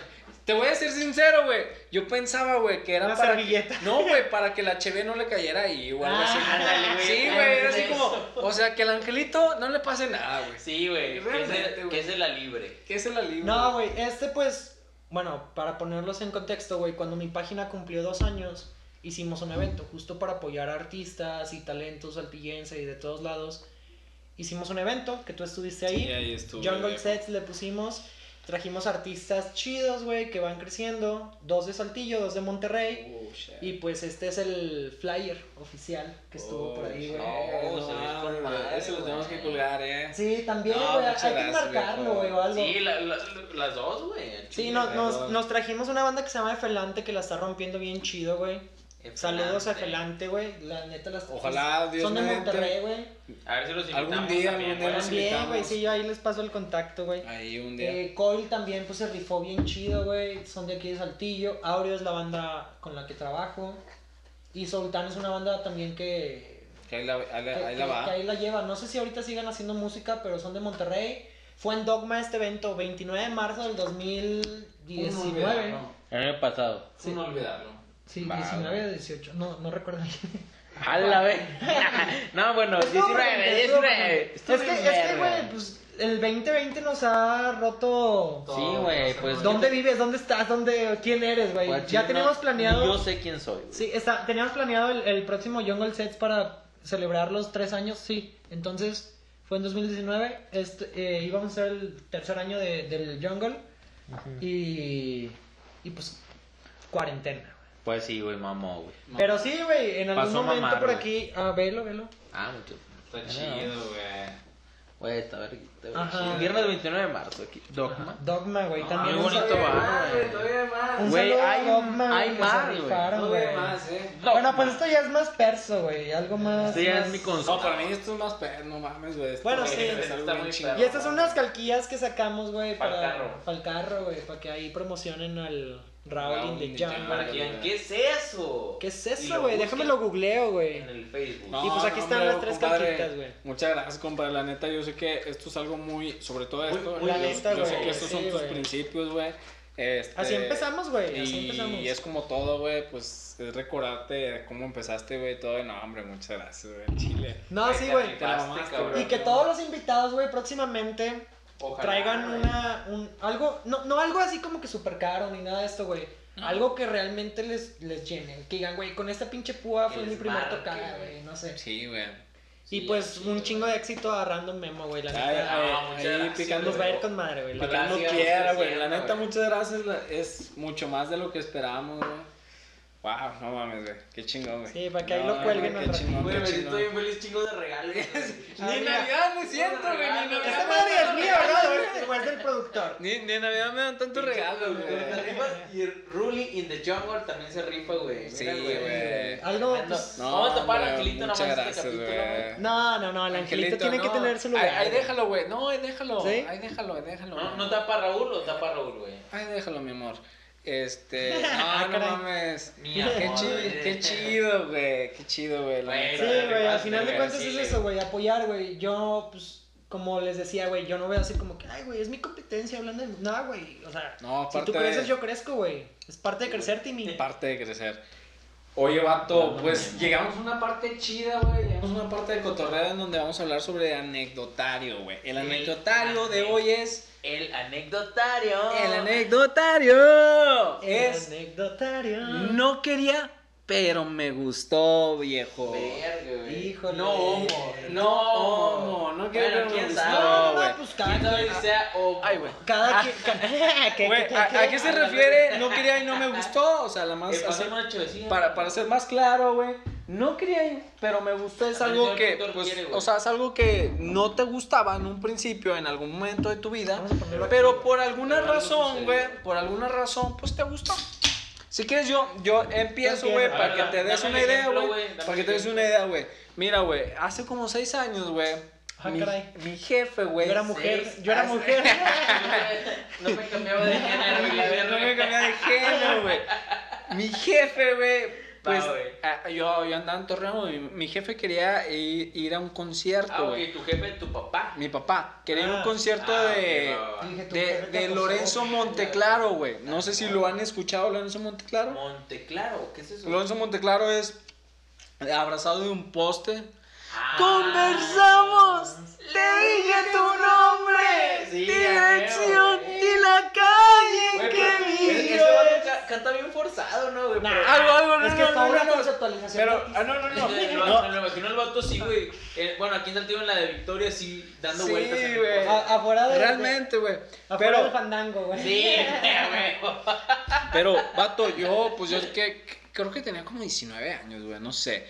[SPEAKER 2] Te voy a ser sincero, güey. Yo pensaba, güey, que era
[SPEAKER 3] Una
[SPEAKER 2] para.
[SPEAKER 3] servilleta.
[SPEAKER 2] No, güey, para que la cheve no le cayera ahí, güey. algo así.
[SPEAKER 5] Ah, ándale, güey.
[SPEAKER 2] Sí, güey, era así
[SPEAKER 5] Ándale.
[SPEAKER 2] como. O sea, que el angelito no le pase nada, güey.
[SPEAKER 5] Sí, güey. Que es
[SPEAKER 2] Realmente,
[SPEAKER 5] de-
[SPEAKER 2] güey.
[SPEAKER 5] que es de la libre.
[SPEAKER 2] Que se la libre.
[SPEAKER 3] No, güey, este pues, bueno, para ponerlos en contexto, güey, cuando mi página cumplió dos años, hicimos un evento justo para apoyar a artistas y talentos saltillense y de todos lados. Hicimos un evento que tú estuviste ahí.
[SPEAKER 2] Sí, ahí estuvo.
[SPEAKER 3] Jungle Sets le pusimos, trajimos artistas chidos, güey, que van creciendo, dos de Saltillo, dos de
[SPEAKER 2] Oh,
[SPEAKER 3] Monterrey. Y pues este es el flyer oficial que estuvo por ahí, güey.
[SPEAKER 5] no, se ve con madre,
[SPEAKER 2] Ese lo
[SPEAKER 5] güey.
[SPEAKER 2] Oh, tenemos que colgar, eh.
[SPEAKER 3] Sí, también,
[SPEAKER 2] No,
[SPEAKER 3] güey, hay
[SPEAKER 2] muchas
[SPEAKER 3] que
[SPEAKER 2] gracias,
[SPEAKER 3] marcarlo,
[SPEAKER 2] viejo.
[SPEAKER 3] güey, o algo.
[SPEAKER 5] Sí, la- la- las dos, güey.
[SPEAKER 3] Sí, no- nos,
[SPEAKER 2] perdón.
[SPEAKER 3] nos trajimos una banda que se llama Efelante que la está rompiendo bien chido, güey. Saludos a Efelante, güey. La neta las pues,
[SPEAKER 2] Ojalá, Dios
[SPEAKER 3] Son de
[SPEAKER 2] mediante.
[SPEAKER 3] Monterrey, güey.
[SPEAKER 5] A ver si los
[SPEAKER 2] Algún
[SPEAKER 5] invitamos.
[SPEAKER 2] día,
[SPEAKER 5] también,
[SPEAKER 2] algún día
[SPEAKER 5] güey.
[SPEAKER 2] los invitamos.
[SPEAKER 3] También, güey, sí, yo ahí les paso el contacto, güey.
[SPEAKER 2] Ahí un día.
[SPEAKER 3] Eh, Coil también pues se rifó bien chido, güey. Son de aquí de Saltillo. Aureo es la banda con la que trabajo. Y Sultán es una banda también que
[SPEAKER 5] pues.
[SPEAKER 2] que ahí la, ahí
[SPEAKER 3] que-
[SPEAKER 2] la- ahí la
[SPEAKER 3] que-
[SPEAKER 2] va.
[SPEAKER 3] que ahí la lleva. No sé si ahorita sigan haciendo música, pero son de Monterrey. Fue en Dogma este evento, 29 de marzo del 2019.
[SPEAKER 1] El año pasado.
[SPEAKER 5] Sí. No olvidarlo.
[SPEAKER 3] Sí,
[SPEAKER 1] Va,
[SPEAKER 3] 19 o 18, no, no recuerdo bien.
[SPEAKER 1] A la vez. no, bueno, 19, 19.
[SPEAKER 3] Es que, es que, güey, pues el 2020 nos ha roto...
[SPEAKER 1] Sí, güey, pues.
[SPEAKER 3] ¿Dónde vives? ¿Dónde estás? ¿Dónde? ¿Quién eres, güey?
[SPEAKER 1] Pues,
[SPEAKER 3] ya
[SPEAKER 1] sí,
[SPEAKER 3] teníamos
[SPEAKER 1] no,
[SPEAKER 3] planeado...
[SPEAKER 1] Yo sé quién soy. güey.
[SPEAKER 3] Sí, está, teníamos planeado el, el próximo Jungle Sets para celebrar los tres años, sí. Entonces, fue en 2019, este, eh, íbamos a hacer el tercer año de- del Jungle y, y pues cuarentena. güey.
[SPEAKER 1] Pues sí, güey, mamó, güey.
[SPEAKER 3] Pero sí, güey, en algún
[SPEAKER 1] Pasó a
[SPEAKER 3] momento
[SPEAKER 1] mamar,
[SPEAKER 3] por
[SPEAKER 1] güey.
[SPEAKER 3] aquí... Ah, velo, velo.
[SPEAKER 1] Ah, mucho.
[SPEAKER 5] Está chido, güey.
[SPEAKER 1] Güey, está verguita, güey.
[SPEAKER 3] Ajá.
[SPEAKER 1] Viernes 29 de marzo aquí. Dogma.
[SPEAKER 3] Dogma, güey, también.
[SPEAKER 1] Ah, muy
[SPEAKER 3] un
[SPEAKER 1] bonito,
[SPEAKER 3] saludo-
[SPEAKER 1] va, güey.
[SPEAKER 3] Un
[SPEAKER 1] Güey,
[SPEAKER 3] saludo a
[SPEAKER 1] hay-
[SPEAKER 3] Dogma, güey,
[SPEAKER 1] hay
[SPEAKER 3] que se
[SPEAKER 1] más, güey.
[SPEAKER 3] rifaron, güey.
[SPEAKER 2] eh.
[SPEAKER 1] Dogma.
[SPEAKER 3] Bueno, pues esto ya es más perso, güey, algo más...
[SPEAKER 1] Este ya
[SPEAKER 3] más-
[SPEAKER 1] es mi consumo.
[SPEAKER 2] No, para mí esto es más perro, no mames, güey. esto
[SPEAKER 3] Bueno,
[SPEAKER 2] es-
[SPEAKER 3] sí,
[SPEAKER 2] es
[SPEAKER 5] está
[SPEAKER 2] algo
[SPEAKER 5] muy
[SPEAKER 2] bien chingón.
[SPEAKER 3] Y estas son unas calquillas que sacamos, güey,
[SPEAKER 5] Pa'l
[SPEAKER 3] para,
[SPEAKER 5] carro.
[SPEAKER 3] para el carro, güey, para que ahí promocionen al
[SPEAKER 2] Raúl
[SPEAKER 3] Raúl in
[SPEAKER 2] in
[SPEAKER 3] the
[SPEAKER 2] the
[SPEAKER 3] Jungle.
[SPEAKER 5] Para que digan, ¿qué es eso?
[SPEAKER 3] ¿Qué es
[SPEAKER 5] Y
[SPEAKER 3] eso, güey?
[SPEAKER 5] busquen
[SPEAKER 3] Déjame lo googleo, güey.
[SPEAKER 5] En el Facebook.
[SPEAKER 2] No,
[SPEAKER 3] Y pues aquí
[SPEAKER 2] no,
[SPEAKER 3] están
[SPEAKER 2] hombre,
[SPEAKER 3] las tres
[SPEAKER 2] compadre,
[SPEAKER 3] calquitas, güey.
[SPEAKER 2] Muchas gracias, compadre. La neta, yo sé que esto es algo muy. Sobre todo esto.
[SPEAKER 3] muy
[SPEAKER 2] yo-
[SPEAKER 3] neta,
[SPEAKER 2] yo, sé
[SPEAKER 3] güey,
[SPEAKER 2] que estos son
[SPEAKER 3] sí,
[SPEAKER 2] tus
[SPEAKER 3] güey.
[SPEAKER 2] principios, güey. Este,
[SPEAKER 3] Así empezamos, güey, así
[SPEAKER 2] Y,
[SPEAKER 3] empezamos.
[SPEAKER 2] es como todo, güey. Pues es recordarte cómo empezaste, güey. Todo. Y no, hombre, muchas gracias, güey. al Chile.
[SPEAKER 3] No,
[SPEAKER 5] Ay,
[SPEAKER 3] sí,
[SPEAKER 5] te
[SPEAKER 3] güey.
[SPEAKER 5] rifaste,
[SPEAKER 2] Te la mamaste,
[SPEAKER 5] cabrón.
[SPEAKER 3] Y que todos los invitados, güey, próximamente
[SPEAKER 5] Ojalá,
[SPEAKER 3] traigan
[SPEAKER 5] güey.
[SPEAKER 3] una, un, algo, no, no algo así como que súper caro ni nada de esto, güey. Algo que realmente les, les llene. Que digan, güey, con esta pinche púa
[SPEAKER 5] Que
[SPEAKER 3] fue mi
[SPEAKER 5] les
[SPEAKER 3] primer
[SPEAKER 5] marque,
[SPEAKER 3] tocada,
[SPEAKER 5] güey.
[SPEAKER 3] güey, no sé.
[SPEAKER 2] Sí, güey.
[SPEAKER 3] Y
[SPEAKER 5] Sí,
[SPEAKER 3] pues
[SPEAKER 5] sí, Ah,
[SPEAKER 3] un
[SPEAKER 5] güey.
[SPEAKER 3] chingo de éxito a Random Memo, güey. La
[SPEAKER 2] Ay,
[SPEAKER 3] neta,
[SPEAKER 2] ay,
[SPEAKER 5] no, muchas
[SPEAKER 2] ahí
[SPEAKER 5] gracias,
[SPEAKER 2] picando,
[SPEAKER 3] nos va a ir con madre, güey. la
[SPEAKER 5] Ojalá
[SPEAKER 2] picando
[SPEAKER 5] sigamos
[SPEAKER 2] quiera, güey. La
[SPEAKER 5] creciendo,
[SPEAKER 2] neta,
[SPEAKER 5] güey.
[SPEAKER 2] muchas gracias. la- es mucho más de lo que esperábamos, güey. Wow, no mames, güey. Qué chingón, güey.
[SPEAKER 3] Sí, para que ahí lo
[SPEAKER 2] güey,
[SPEAKER 3] cuelguen al
[SPEAKER 2] Qué
[SPEAKER 3] ratito.
[SPEAKER 2] chingón,
[SPEAKER 5] Güey,
[SPEAKER 2] qué
[SPEAKER 5] me siento
[SPEAKER 2] chingón.
[SPEAKER 5] bien feliz chingo de regalos. güey.
[SPEAKER 2] Ni en Navidad me siento, güey. Ni en Navidad.
[SPEAKER 3] Esta madre es mía, ¿verdad? O es del productor.
[SPEAKER 2] Ni, ni en Navidad me dan tantos regalos,
[SPEAKER 5] Te
[SPEAKER 2] güey.
[SPEAKER 5] rifas Y el Ruling in the Jungle también se rifa, güey.
[SPEAKER 2] Sí,
[SPEAKER 5] Mira,
[SPEAKER 2] güey.
[SPEAKER 3] Algo.
[SPEAKER 5] No,
[SPEAKER 3] pues,
[SPEAKER 2] No,
[SPEAKER 5] Vamos a tapar al
[SPEAKER 2] güey,
[SPEAKER 5] Angelito
[SPEAKER 2] muchas
[SPEAKER 5] nomás este
[SPEAKER 2] gracias,
[SPEAKER 5] capítulo,
[SPEAKER 2] güey.
[SPEAKER 5] güey.
[SPEAKER 3] No, no, no, el angelito, tiene que
[SPEAKER 2] no.
[SPEAKER 3] tener su lugar.
[SPEAKER 2] Ahí, ahí
[SPEAKER 3] güey.
[SPEAKER 2] déjalo, güey. No, ahí déjalo.
[SPEAKER 3] ¿Sí?
[SPEAKER 2] Ahí déjalo, ahí déjalo.
[SPEAKER 5] No, no tapa a Raúl o tapa a Raúl, güey.
[SPEAKER 2] Ay, déjalo, mi amor. Este,
[SPEAKER 3] Ah,
[SPEAKER 2] no, no
[SPEAKER 3] caray.
[SPEAKER 2] mames.
[SPEAKER 5] Mi
[SPEAKER 2] Qué
[SPEAKER 5] amor,
[SPEAKER 2] chido,
[SPEAKER 5] güey.
[SPEAKER 2] qué chido, güey. Qué chido, güey. la
[SPEAKER 5] Güey,
[SPEAKER 2] neta.
[SPEAKER 3] Sí, güey, al final de
[SPEAKER 5] Güey,
[SPEAKER 3] cuentas
[SPEAKER 5] sí,
[SPEAKER 3] es
[SPEAKER 5] güey.
[SPEAKER 3] eso, güey, apoyar, güey. Yo, pues, como les decía, güey, yo no veo así como que, ay, güey, es mi competencia hablando de... No, güey, o sea,
[SPEAKER 2] No,
[SPEAKER 3] si
[SPEAKER 2] aparte
[SPEAKER 3] tú creces,
[SPEAKER 2] de-
[SPEAKER 3] yo crezco, güey. Es parte de crecer, Timmy.
[SPEAKER 2] Parte de crecer. Oye, vato,
[SPEAKER 1] No,
[SPEAKER 2] pues
[SPEAKER 1] no, no.
[SPEAKER 2] llegamos a una parte chida, güey. Llegamos a una parte de cotorreo en donde vamos a hablar sobre anecdotario, güey. El anecdotario
[SPEAKER 3] Ah,
[SPEAKER 2] de hoy es.
[SPEAKER 5] El anecdotario.
[SPEAKER 2] El anecdotario
[SPEAKER 3] Es...
[SPEAKER 2] es.
[SPEAKER 3] Anecdotario.
[SPEAKER 2] No quería, pero me gustó, viejo.
[SPEAKER 5] Verga, güey.
[SPEAKER 3] Híjole.
[SPEAKER 5] No homo.
[SPEAKER 2] No, homo, no quiero
[SPEAKER 5] Bueno,
[SPEAKER 2] que me
[SPEAKER 5] quién
[SPEAKER 2] gustó,
[SPEAKER 5] sabe.
[SPEAKER 3] No, no,
[SPEAKER 2] güey.
[SPEAKER 3] no, pues cada
[SPEAKER 5] ¿Quién sabe si
[SPEAKER 3] quien... ah,
[SPEAKER 5] sea homo?
[SPEAKER 2] Ay, güey.
[SPEAKER 3] Cada quien... ca- ¿Qué,
[SPEAKER 2] Ah, Güey,
[SPEAKER 3] qué, qué,
[SPEAKER 2] ¿a, a qué se refiere? No quería y no me gustó. O sea, la
[SPEAKER 5] Eh,
[SPEAKER 2] más.
[SPEAKER 5] pasó
[SPEAKER 2] así-
[SPEAKER 5] una chovecilla.
[SPEAKER 2] para, para ser más claro, güey. No quería ir, pero me gustó. Es
[SPEAKER 5] A ver,
[SPEAKER 2] algo
[SPEAKER 5] el
[SPEAKER 2] que,
[SPEAKER 5] doctor
[SPEAKER 2] pues,
[SPEAKER 5] quiere, güey.
[SPEAKER 2] o sea, es algo que no te gustaba en un principio, en algún momento de tu vida.
[SPEAKER 3] Vamos a ponerlo aquí,
[SPEAKER 2] Pero
[SPEAKER 3] güey.
[SPEAKER 2] por alguna
[SPEAKER 5] Pero algo
[SPEAKER 2] razón,
[SPEAKER 5] sucedió.
[SPEAKER 2] güey, por alguna razón, pues te gustó. Si quieres, yo, yo empiezo,
[SPEAKER 3] Yo
[SPEAKER 2] güey,
[SPEAKER 3] entiendo.
[SPEAKER 2] para
[SPEAKER 5] A
[SPEAKER 2] que
[SPEAKER 5] ver,
[SPEAKER 2] te
[SPEAKER 5] dame
[SPEAKER 2] des
[SPEAKER 5] un
[SPEAKER 2] una idea,
[SPEAKER 5] ejemplo,
[SPEAKER 2] güey.
[SPEAKER 5] güey, dame
[SPEAKER 2] Para
[SPEAKER 5] un
[SPEAKER 2] que te des
[SPEAKER 5] ejemplo.
[SPEAKER 2] una idea, güey. Mira, güey, hace como seis años, güey.
[SPEAKER 3] Ah,
[SPEAKER 2] mi,
[SPEAKER 3] caray.
[SPEAKER 2] mi jefe, güey.
[SPEAKER 3] Yo era mujer,
[SPEAKER 5] seis,
[SPEAKER 3] yo era
[SPEAKER 2] hace-
[SPEAKER 3] mujer.
[SPEAKER 5] No me cambiaba de género, güey, la
[SPEAKER 2] No me
[SPEAKER 5] verga.
[SPEAKER 2] cambié de género, güey. Mi jefe, güey. Pues
[SPEAKER 5] Va, güey.
[SPEAKER 2] ah, yo, yo andaba en Torreón, mi, mi jefe quería ir, ir a un
[SPEAKER 5] Ah,
[SPEAKER 2] concierto,
[SPEAKER 5] ok,
[SPEAKER 2] güey.
[SPEAKER 5] tu jefe, tu papá.
[SPEAKER 2] Mi papá quería ir a
[SPEAKER 3] Ah.
[SPEAKER 2] un concierto
[SPEAKER 5] Ah, ok,
[SPEAKER 2] de,
[SPEAKER 5] va, Ah, va, va.
[SPEAKER 3] Dije, tu
[SPEAKER 2] de,
[SPEAKER 3] jefe te
[SPEAKER 2] de
[SPEAKER 3] acosó.
[SPEAKER 2] Lorenzo Monteclaro, güey. No sé si lo han escuchado, Lorenzo Monteclaro.
[SPEAKER 5] Monteclaro, ¿qué es eso?
[SPEAKER 2] Lorenzo Monteclaro es abrazado de un poste.
[SPEAKER 5] Ah.
[SPEAKER 2] ¡Conversamos! ¡Te dije tu nombre!
[SPEAKER 5] Sí, ya
[SPEAKER 2] ¡Dirección
[SPEAKER 5] veo, güey.
[SPEAKER 2] y la calle
[SPEAKER 5] Güey,
[SPEAKER 2] que
[SPEAKER 5] pero ese-
[SPEAKER 2] vives!
[SPEAKER 5] ese vato ca- canta bien forzado, ¿no, güey? Pero-
[SPEAKER 2] Algo, algo, no,
[SPEAKER 3] Es que
[SPEAKER 2] no,
[SPEAKER 3] está
[SPEAKER 2] no,
[SPEAKER 3] una
[SPEAKER 2] no, no.
[SPEAKER 3] conceptualización
[SPEAKER 2] Pero,
[SPEAKER 3] artística.
[SPEAKER 2] ah, no, no,
[SPEAKER 5] Es que el
[SPEAKER 2] no.
[SPEAKER 5] vato- Me imagino el vato sí, güey. Eh, bueno, aquí en Saltillo, en la de Victoria, sí, dando
[SPEAKER 2] Sí,
[SPEAKER 5] vueltas. en el
[SPEAKER 2] güey.
[SPEAKER 5] coche.
[SPEAKER 3] A- afuera de...
[SPEAKER 2] Realmente, güey.
[SPEAKER 3] Afuera del
[SPEAKER 2] Pero,
[SPEAKER 3] fandango, güey.
[SPEAKER 5] Sí, güey.
[SPEAKER 2] pero, vato, yo, pues yo que, creo que tenía como 19 años, güey, no sé.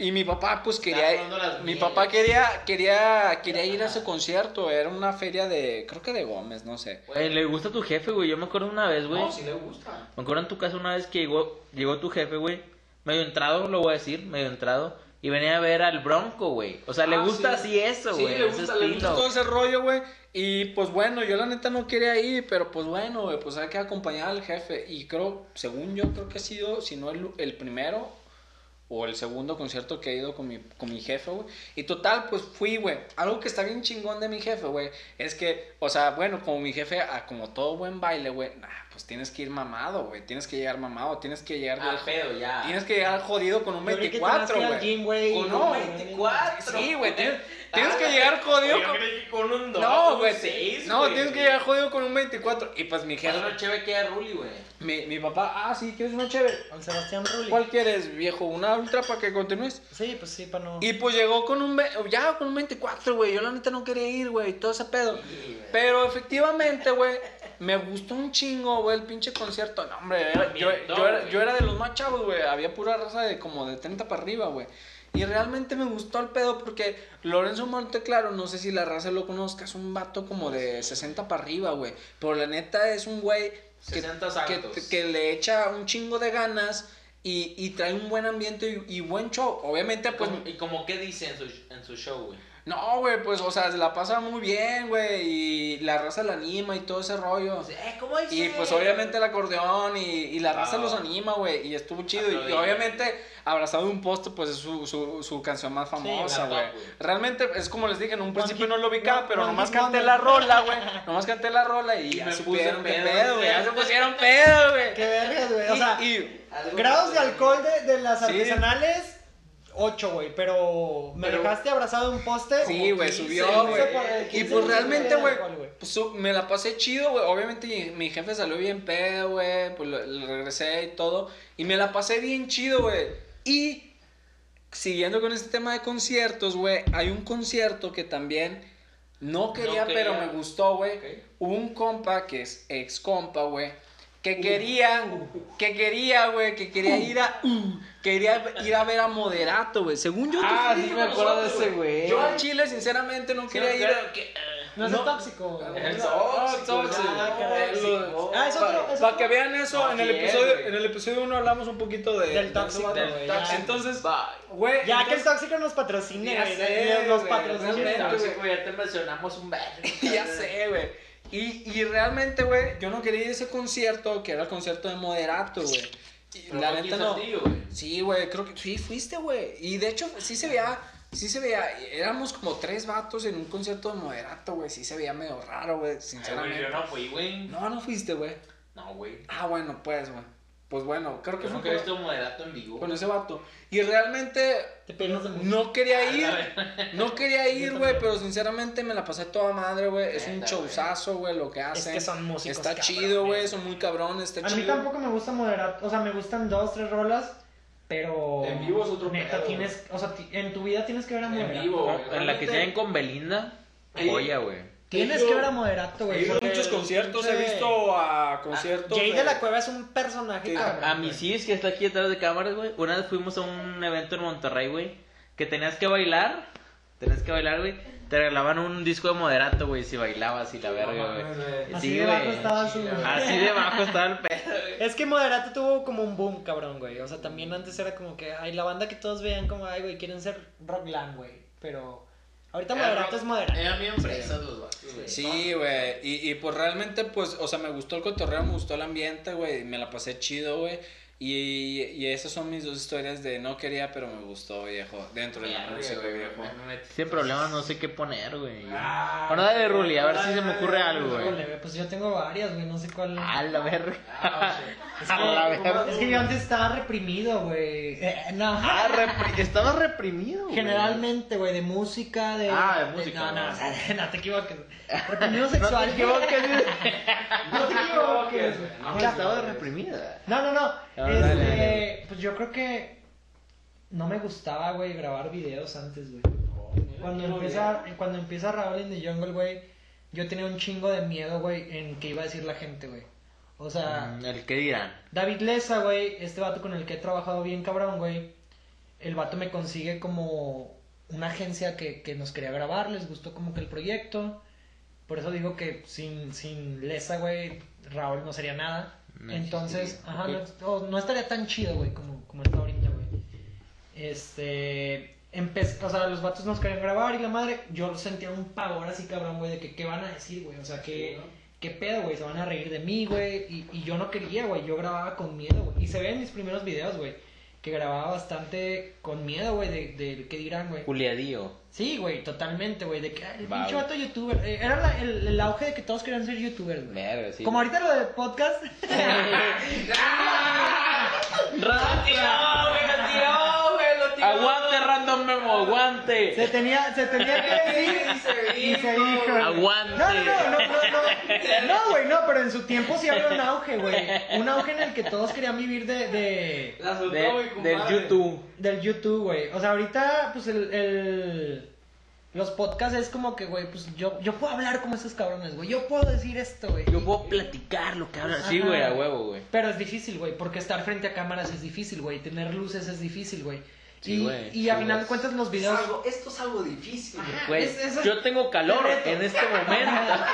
[SPEAKER 2] Y mi papá, pues
[SPEAKER 5] Estaba
[SPEAKER 2] quería.
[SPEAKER 5] dando las
[SPEAKER 2] Mi
[SPEAKER 5] mieles.
[SPEAKER 2] papá quería, quería, quería ir a su concierto. Era una feria de, creo que de Gómez, no sé.
[SPEAKER 1] Güey, le gusta tu jefe, güey. Yo me acuerdo una vez, güey.
[SPEAKER 5] No, sí le gusta.
[SPEAKER 1] Me acuerdo en tu casa una vez que llegó, llegó tu jefe, güey. Medio entrado, lo voy a decir, medio entrado. Y venía a ver al Bronco, güey. O sea, le
[SPEAKER 5] Ah,
[SPEAKER 1] gusta
[SPEAKER 5] sí.
[SPEAKER 1] así eso,
[SPEAKER 5] Sí,
[SPEAKER 1] güey.
[SPEAKER 5] le
[SPEAKER 1] ese
[SPEAKER 5] gusta, le
[SPEAKER 1] estilo.
[SPEAKER 2] todo ese rollo, güey. Y pues bueno, yo la neta no quería ir, pero pues bueno, güey, pues hay que acompañar al jefe. Y creo, según yo, creo que ha sido, si no el, el primero o el segundo concierto que he ido con mi, con mi jefe, güey. Y total, pues fui, güey. Algo que está bien chingón de mi jefe, güey, es que, o sea, bueno, como mi jefe, ah, como todo buen baile, güey, nah, pues tienes que ir mamado, güey. Tienes que llegar mamado, tienes que llegar,
[SPEAKER 5] Al
[SPEAKER 2] Ah, güey,
[SPEAKER 5] pedo, ya.
[SPEAKER 2] tienes que llegar jodido con un
[SPEAKER 3] Ah, Yo creí que tenías
[SPEAKER 2] 24,
[SPEAKER 3] que ir al
[SPEAKER 2] güey.
[SPEAKER 3] gym, güey.
[SPEAKER 2] Con
[SPEAKER 5] No,
[SPEAKER 2] un
[SPEAKER 5] 24.
[SPEAKER 2] Sí, güey, tienes, tienes que llegar
[SPEAKER 5] Oye,
[SPEAKER 2] jodido
[SPEAKER 5] Yo
[SPEAKER 2] con...
[SPEAKER 5] creí que con un 2.
[SPEAKER 2] No, güey.
[SPEAKER 5] Seis,
[SPEAKER 2] no, tienes que llegar jodido con un 24. Y pues mi
[SPEAKER 5] Que
[SPEAKER 2] jefe,
[SPEAKER 5] una chévere que era Ruli, güey.
[SPEAKER 2] mi, mi papá, ah, sí, quieres una chévere.
[SPEAKER 3] Con Sebastián Rulli.
[SPEAKER 2] ¿Cuál quieres, viejo? Una ultra para que continúes.
[SPEAKER 3] Sí, pues sí, para no...
[SPEAKER 2] Y pues llegó con un, ve- ya con un 24, güey. Yo la neta no quería ir, güey, y todo ese pedo.
[SPEAKER 5] Sí, güey.
[SPEAKER 2] Pero efectivamente, güey, me gustó un chingo, güey, el pinche concierto. No, hombre, era- yo,
[SPEAKER 5] Miento,
[SPEAKER 2] yo era,
[SPEAKER 5] güey.
[SPEAKER 2] yo era de los más chavos, güey. Había pura raza de como de 30 para arriba, güey. Y realmente me gustó el pedo porque Lorenzo Monteclaro, no sé si la raza lo conozca, es un vato como de 60 para arriba, güey. Pero la neta es un güey que,
[SPEAKER 5] 60
[SPEAKER 2] que,
[SPEAKER 5] saltos.
[SPEAKER 2] que le echa un chingo de ganas y, y trae un buen ambiente y, y buen show. Obviamente, pues...
[SPEAKER 5] Como- ¿Y como qué dice en su, en su show, güey?
[SPEAKER 2] No, güey, pues, o sea, se la pasa muy bien, güey, y la raza la anima y todo ese rollo.
[SPEAKER 5] Dice, eh, ¿cómo dice?
[SPEAKER 2] Y pues obviamente el acordeón y, y la raza
[SPEAKER 5] Ah.
[SPEAKER 2] los anima, güey, y estuvo chido. Y,
[SPEAKER 5] Aplaudí.
[SPEAKER 2] obviamente Abrazado de un poste, pues es su, su, su canción más famosa,
[SPEAKER 5] la top,
[SPEAKER 2] güey.
[SPEAKER 5] güey.
[SPEAKER 2] Realmente es como les dije, en un principio
[SPEAKER 3] hit-
[SPEAKER 2] no lo ubicaba,
[SPEAKER 3] one-
[SPEAKER 2] pero
[SPEAKER 3] one
[SPEAKER 2] nomás
[SPEAKER 3] hit
[SPEAKER 2] canté
[SPEAKER 3] wonder.
[SPEAKER 2] la rola, güey. Nomás canté la rola y,
[SPEAKER 5] Y
[SPEAKER 2] ya
[SPEAKER 5] me
[SPEAKER 2] supieron
[SPEAKER 5] puse
[SPEAKER 2] qué
[SPEAKER 5] pedo,
[SPEAKER 2] pedo, güey. Ya
[SPEAKER 5] güey.
[SPEAKER 2] se pusieron pedo, güey.
[SPEAKER 3] Qué vergas, güey. O
[SPEAKER 2] Y-
[SPEAKER 3] sea,
[SPEAKER 2] y-
[SPEAKER 5] Algo
[SPEAKER 3] grados
[SPEAKER 5] que-
[SPEAKER 3] de alcohol de, de las
[SPEAKER 2] Sí.
[SPEAKER 3] artesanales, 8, güey. Pero me
[SPEAKER 5] Pero-
[SPEAKER 3] dejaste abrazado de un poste.
[SPEAKER 2] Sí, güey,
[SPEAKER 5] 15,
[SPEAKER 2] subió, güey.
[SPEAKER 5] por-
[SPEAKER 2] Y
[SPEAKER 5] 15
[SPEAKER 2] pues
[SPEAKER 5] minutos
[SPEAKER 2] realmente, güey, pues, su- me la pasé chido, güey. Obviamente mi, mi jefe salió bien pedo, güey. Pues lo- lo regresé y todo. Y me la pasé bien chido, güey. Y siguiendo con este tema de conciertos, güey, hay un concierto que también no quería,
[SPEAKER 5] quería.
[SPEAKER 2] pero me gustó, güey.
[SPEAKER 5] Ok.
[SPEAKER 2] Hubo un compa que es ex compa, güey. que quería, que quería, güey, que quería ir a, quería ir a ver a Moderato, güey. Según yo,
[SPEAKER 4] Ah,
[SPEAKER 2] tú
[SPEAKER 4] sí
[SPEAKER 2] fuiste
[SPEAKER 4] me
[SPEAKER 2] con
[SPEAKER 4] acuerdo de
[SPEAKER 2] nosotros,
[SPEAKER 4] ese güey.
[SPEAKER 2] Yo al Chile, sinceramente, no quería ir a...
[SPEAKER 3] No es tóxico.
[SPEAKER 5] El
[SPEAKER 2] Oh,
[SPEAKER 5] tóxico,
[SPEAKER 2] ah,
[SPEAKER 3] caray,
[SPEAKER 2] lo-
[SPEAKER 5] sí, no.
[SPEAKER 3] Ah, es otro. es
[SPEAKER 2] Para
[SPEAKER 3] otro.
[SPEAKER 2] que vean eso,
[SPEAKER 5] No,
[SPEAKER 2] en, el
[SPEAKER 5] sí es,
[SPEAKER 2] episodio,
[SPEAKER 5] güey.
[SPEAKER 2] en el episodio 1 hablamos un poquito de,
[SPEAKER 3] Del tóxico,
[SPEAKER 2] del
[SPEAKER 3] güey,
[SPEAKER 2] tóxico.
[SPEAKER 3] ya.
[SPEAKER 2] Entonces, güey,
[SPEAKER 3] Ya que el
[SPEAKER 2] entonces-
[SPEAKER 3] tóxico nos patrocine,
[SPEAKER 2] Ya
[SPEAKER 3] güey,
[SPEAKER 2] sé,
[SPEAKER 3] nos
[SPEAKER 2] güey,
[SPEAKER 3] patrocine.
[SPEAKER 2] realmente.
[SPEAKER 5] Tóxico, ya te mencionamos un verga.
[SPEAKER 2] ya sé, güey. Y, y realmente, güey, yo no quería ir a ese concierto, que era el concierto de Moderato, güey. Y
[SPEAKER 5] Pero
[SPEAKER 2] La
[SPEAKER 5] no
[SPEAKER 2] neta
[SPEAKER 5] quiso
[SPEAKER 2] no.
[SPEAKER 5] a ti, güey.
[SPEAKER 2] Sí, güey, creo que sí fuiste, güey. Y de hecho, sí se veía, sí se veía, éramos como tres vatos en un concierto de moderato, güey. Sí se veía medio raro, güey,
[SPEAKER 5] Ay, güey, Yo
[SPEAKER 2] sinceramente.
[SPEAKER 5] no fui, güey.
[SPEAKER 2] No, no fuiste, güey.
[SPEAKER 5] No, güey.
[SPEAKER 2] Ah, bueno, pues, güey. Pues bueno, creo que
[SPEAKER 5] Yo
[SPEAKER 2] fue
[SPEAKER 5] nunca he
[SPEAKER 2] con,
[SPEAKER 5] visto moderato en vivo.
[SPEAKER 2] con ese vato. Y realmente
[SPEAKER 3] Te pedimos de mucho.
[SPEAKER 2] no
[SPEAKER 5] Ah,
[SPEAKER 2] quería ir, no quería ir, güey, pero sinceramente me la pasé toda madre, güey. Es un
[SPEAKER 5] Neta, güey.
[SPEAKER 2] showzazo, güey, lo que
[SPEAKER 3] Es
[SPEAKER 2] hacen.
[SPEAKER 3] que son músicos.
[SPEAKER 2] Está
[SPEAKER 3] cabrones.
[SPEAKER 2] chido, güey, son muy cabrones, está
[SPEAKER 3] A
[SPEAKER 2] chido.
[SPEAKER 3] mí tampoco me gusta moderar, o sea, me gustan dos, tres rolas, pero...
[SPEAKER 5] En vivo es otro
[SPEAKER 3] Neta,
[SPEAKER 5] pedo,
[SPEAKER 3] tienes, o sea, ti- en tu vida tienes que ver a
[SPEAKER 5] En
[SPEAKER 3] moderato.
[SPEAKER 5] vivo. güey.
[SPEAKER 1] En la que tienen con Belinda,
[SPEAKER 5] Ahí-
[SPEAKER 1] joya, güey.
[SPEAKER 3] Tienes que ver a moderato,
[SPEAKER 2] He
[SPEAKER 3] güey.
[SPEAKER 2] ido a
[SPEAKER 3] porque-
[SPEAKER 2] muchos conciertos, he
[SPEAKER 3] Sí.
[SPEAKER 2] visto a conciertos.
[SPEAKER 3] Jay de la Cueva es un personaje,
[SPEAKER 2] Sí.
[SPEAKER 3] cabrón.
[SPEAKER 1] A mis sis que está aquí detrás de cámaras, güey. Una vez fuimos a un evento en Monterrey, güey. Que tenías que bailar. Tenías que bailar, güey. Te regalaban un disco de moderato, güey. Si bailabas y la verga, güey.
[SPEAKER 3] Así
[SPEAKER 1] Sí,
[SPEAKER 3] debajo
[SPEAKER 1] güey.
[SPEAKER 3] estaba su...
[SPEAKER 1] Así debajo estaba el pedo.
[SPEAKER 3] Es que Moderato tuvo como un boom, cabrón, güey. O sea, también antes era como que, ay, la banda que todos veían como, ay, güey, quieren ser Rockland, güey. Pero ahorita Moderato es Moderato.
[SPEAKER 5] Eran bien fresas los vatos, güey.
[SPEAKER 2] Sí, güey. Y, y pues realmente, pues, o sea, me gustó el cotorreo, me gustó el ambiente, güey. y Me la pasé chido, güey. Y, y esas son mis dos historias de no quería, pero me gustó, viejo. Dentro de la
[SPEAKER 5] Verga,
[SPEAKER 2] música,
[SPEAKER 5] güey,
[SPEAKER 2] viejo.
[SPEAKER 5] me metí.
[SPEAKER 1] Sin problemas, no sé qué poner, güey.
[SPEAKER 3] Ah.
[SPEAKER 1] Ahora dale, Ruli, a ver si se me ocurre algo,
[SPEAKER 3] Híjole,
[SPEAKER 1] güey.
[SPEAKER 3] güey, Pues yo tengo varias, güey, no sé cuál.
[SPEAKER 1] A la verga.
[SPEAKER 5] Ah, sí.
[SPEAKER 1] A la verga.
[SPEAKER 3] Es que yo antes estaba reprimido, güey. Eh, no.
[SPEAKER 1] Ah, repri- estaba reprimido, güey.
[SPEAKER 3] Generalmente, güey, de música, de.
[SPEAKER 1] Ah, de música,
[SPEAKER 3] no, no,
[SPEAKER 1] no.
[SPEAKER 3] o sea, no te equivoques. Reprimido
[SPEAKER 1] No te
[SPEAKER 3] sexual.
[SPEAKER 1] equivoques.
[SPEAKER 3] No te equivoques, güey.
[SPEAKER 1] güey.
[SPEAKER 3] Ah.
[SPEAKER 1] Estaba reprimida.
[SPEAKER 3] No, no, no.
[SPEAKER 1] Ah,
[SPEAKER 3] Este,
[SPEAKER 1] dale, dale.
[SPEAKER 3] Pues yo creo que no me gustaba, güey, grabar videos antes, güey. Cuando empieza, cuando empieza Raúl en The Jungle, güey, yo tenía un chingo de miedo, güey, en qué iba a decir la gente, güey. O sea,
[SPEAKER 1] Mm, El que dirán.
[SPEAKER 3] David Leza, güey, este vato con el que he trabajado bien cabrón, güey. El vato me consigue como una agencia que, que nos quería grabar, les gustó como que el proyecto. Por eso digo que sin, sin Leza, güey, Raúl no sería nada.
[SPEAKER 1] No
[SPEAKER 3] Entonces,
[SPEAKER 1] existiría.
[SPEAKER 3] ajá,
[SPEAKER 1] Ok.
[SPEAKER 3] no, no- no estaría tan chido, güey, como, como está ahorita, güey. Este, empe- o sea, los vatos nos querían grabar y la madre, yo sentía un pavor así cabrón, güey, de que qué van a decir, güey, o sea, que... ¿Qué pedo, güey? Se van a reír de mí, güey. Y, y yo no quería, güey. Yo grababa con miedo, güey. Y se ve en mis primeros videos, güey. Que grababa bastante con miedo, güey, de, de qué dirán, güey.
[SPEAKER 1] Juliadío.
[SPEAKER 3] Sí, güey, totalmente, güey. De que "Ay, el
[SPEAKER 1] Va,
[SPEAKER 3] pinche
[SPEAKER 1] güey.
[SPEAKER 3] vato youtuber. Eh, era la- el, el auge de que todos querían ser youtubers, güey.
[SPEAKER 1] Verga, sí.
[SPEAKER 3] Como ahorita lo del podcast.
[SPEAKER 5] ¡Lo tiró, güey! ¡Lo tiró, güey! ¡Lo tiró!
[SPEAKER 1] Aguante, random memo, aguante.
[SPEAKER 3] se tenía, se tenía que decir.
[SPEAKER 5] se
[SPEAKER 3] y se
[SPEAKER 5] dijo.
[SPEAKER 3] dijo.
[SPEAKER 1] Aguante.
[SPEAKER 3] No, no, no, no, no, no. No, güey, no, pero en su tiempo sí había un auge, güey. Un auge en el que todos querían vivir de- de,
[SPEAKER 5] La soltó, güey,
[SPEAKER 1] De- del
[SPEAKER 5] compadre.
[SPEAKER 1] YouTube.
[SPEAKER 3] Del YouTube, güey. O sea, ahorita, pues el. el- Los podcasts es como que, güey, pues yo, yo puedo hablar como esos cabrones, güey. Yo puedo decir esto, güey.
[SPEAKER 1] Yo puedo platicar lo que hablan. Sí,
[SPEAKER 3] Ajá.
[SPEAKER 1] güey, a huevo, güey.
[SPEAKER 3] Pero es difícil, güey, porque estar frente a cámaras es difícil, güey. Tener luces es difícil, güey.
[SPEAKER 1] Sí,
[SPEAKER 3] y
[SPEAKER 1] güey,
[SPEAKER 3] y a
[SPEAKER 1] sí,
[SPEAKER 3] final
[SPEAKER 1] güey.
[SPEAKER 3] de cuentas los videos.
[SPEAKER 5] esto es algo difícil.
[SPEAKER 1] Güey,
[SPEAKER 5] güey.
[SPEAKER 3] Es- es-
[SPEAKER 1] yo tengo calor
[SPEAKER 3] Te reto.
[SPEAKER 1] en este momento.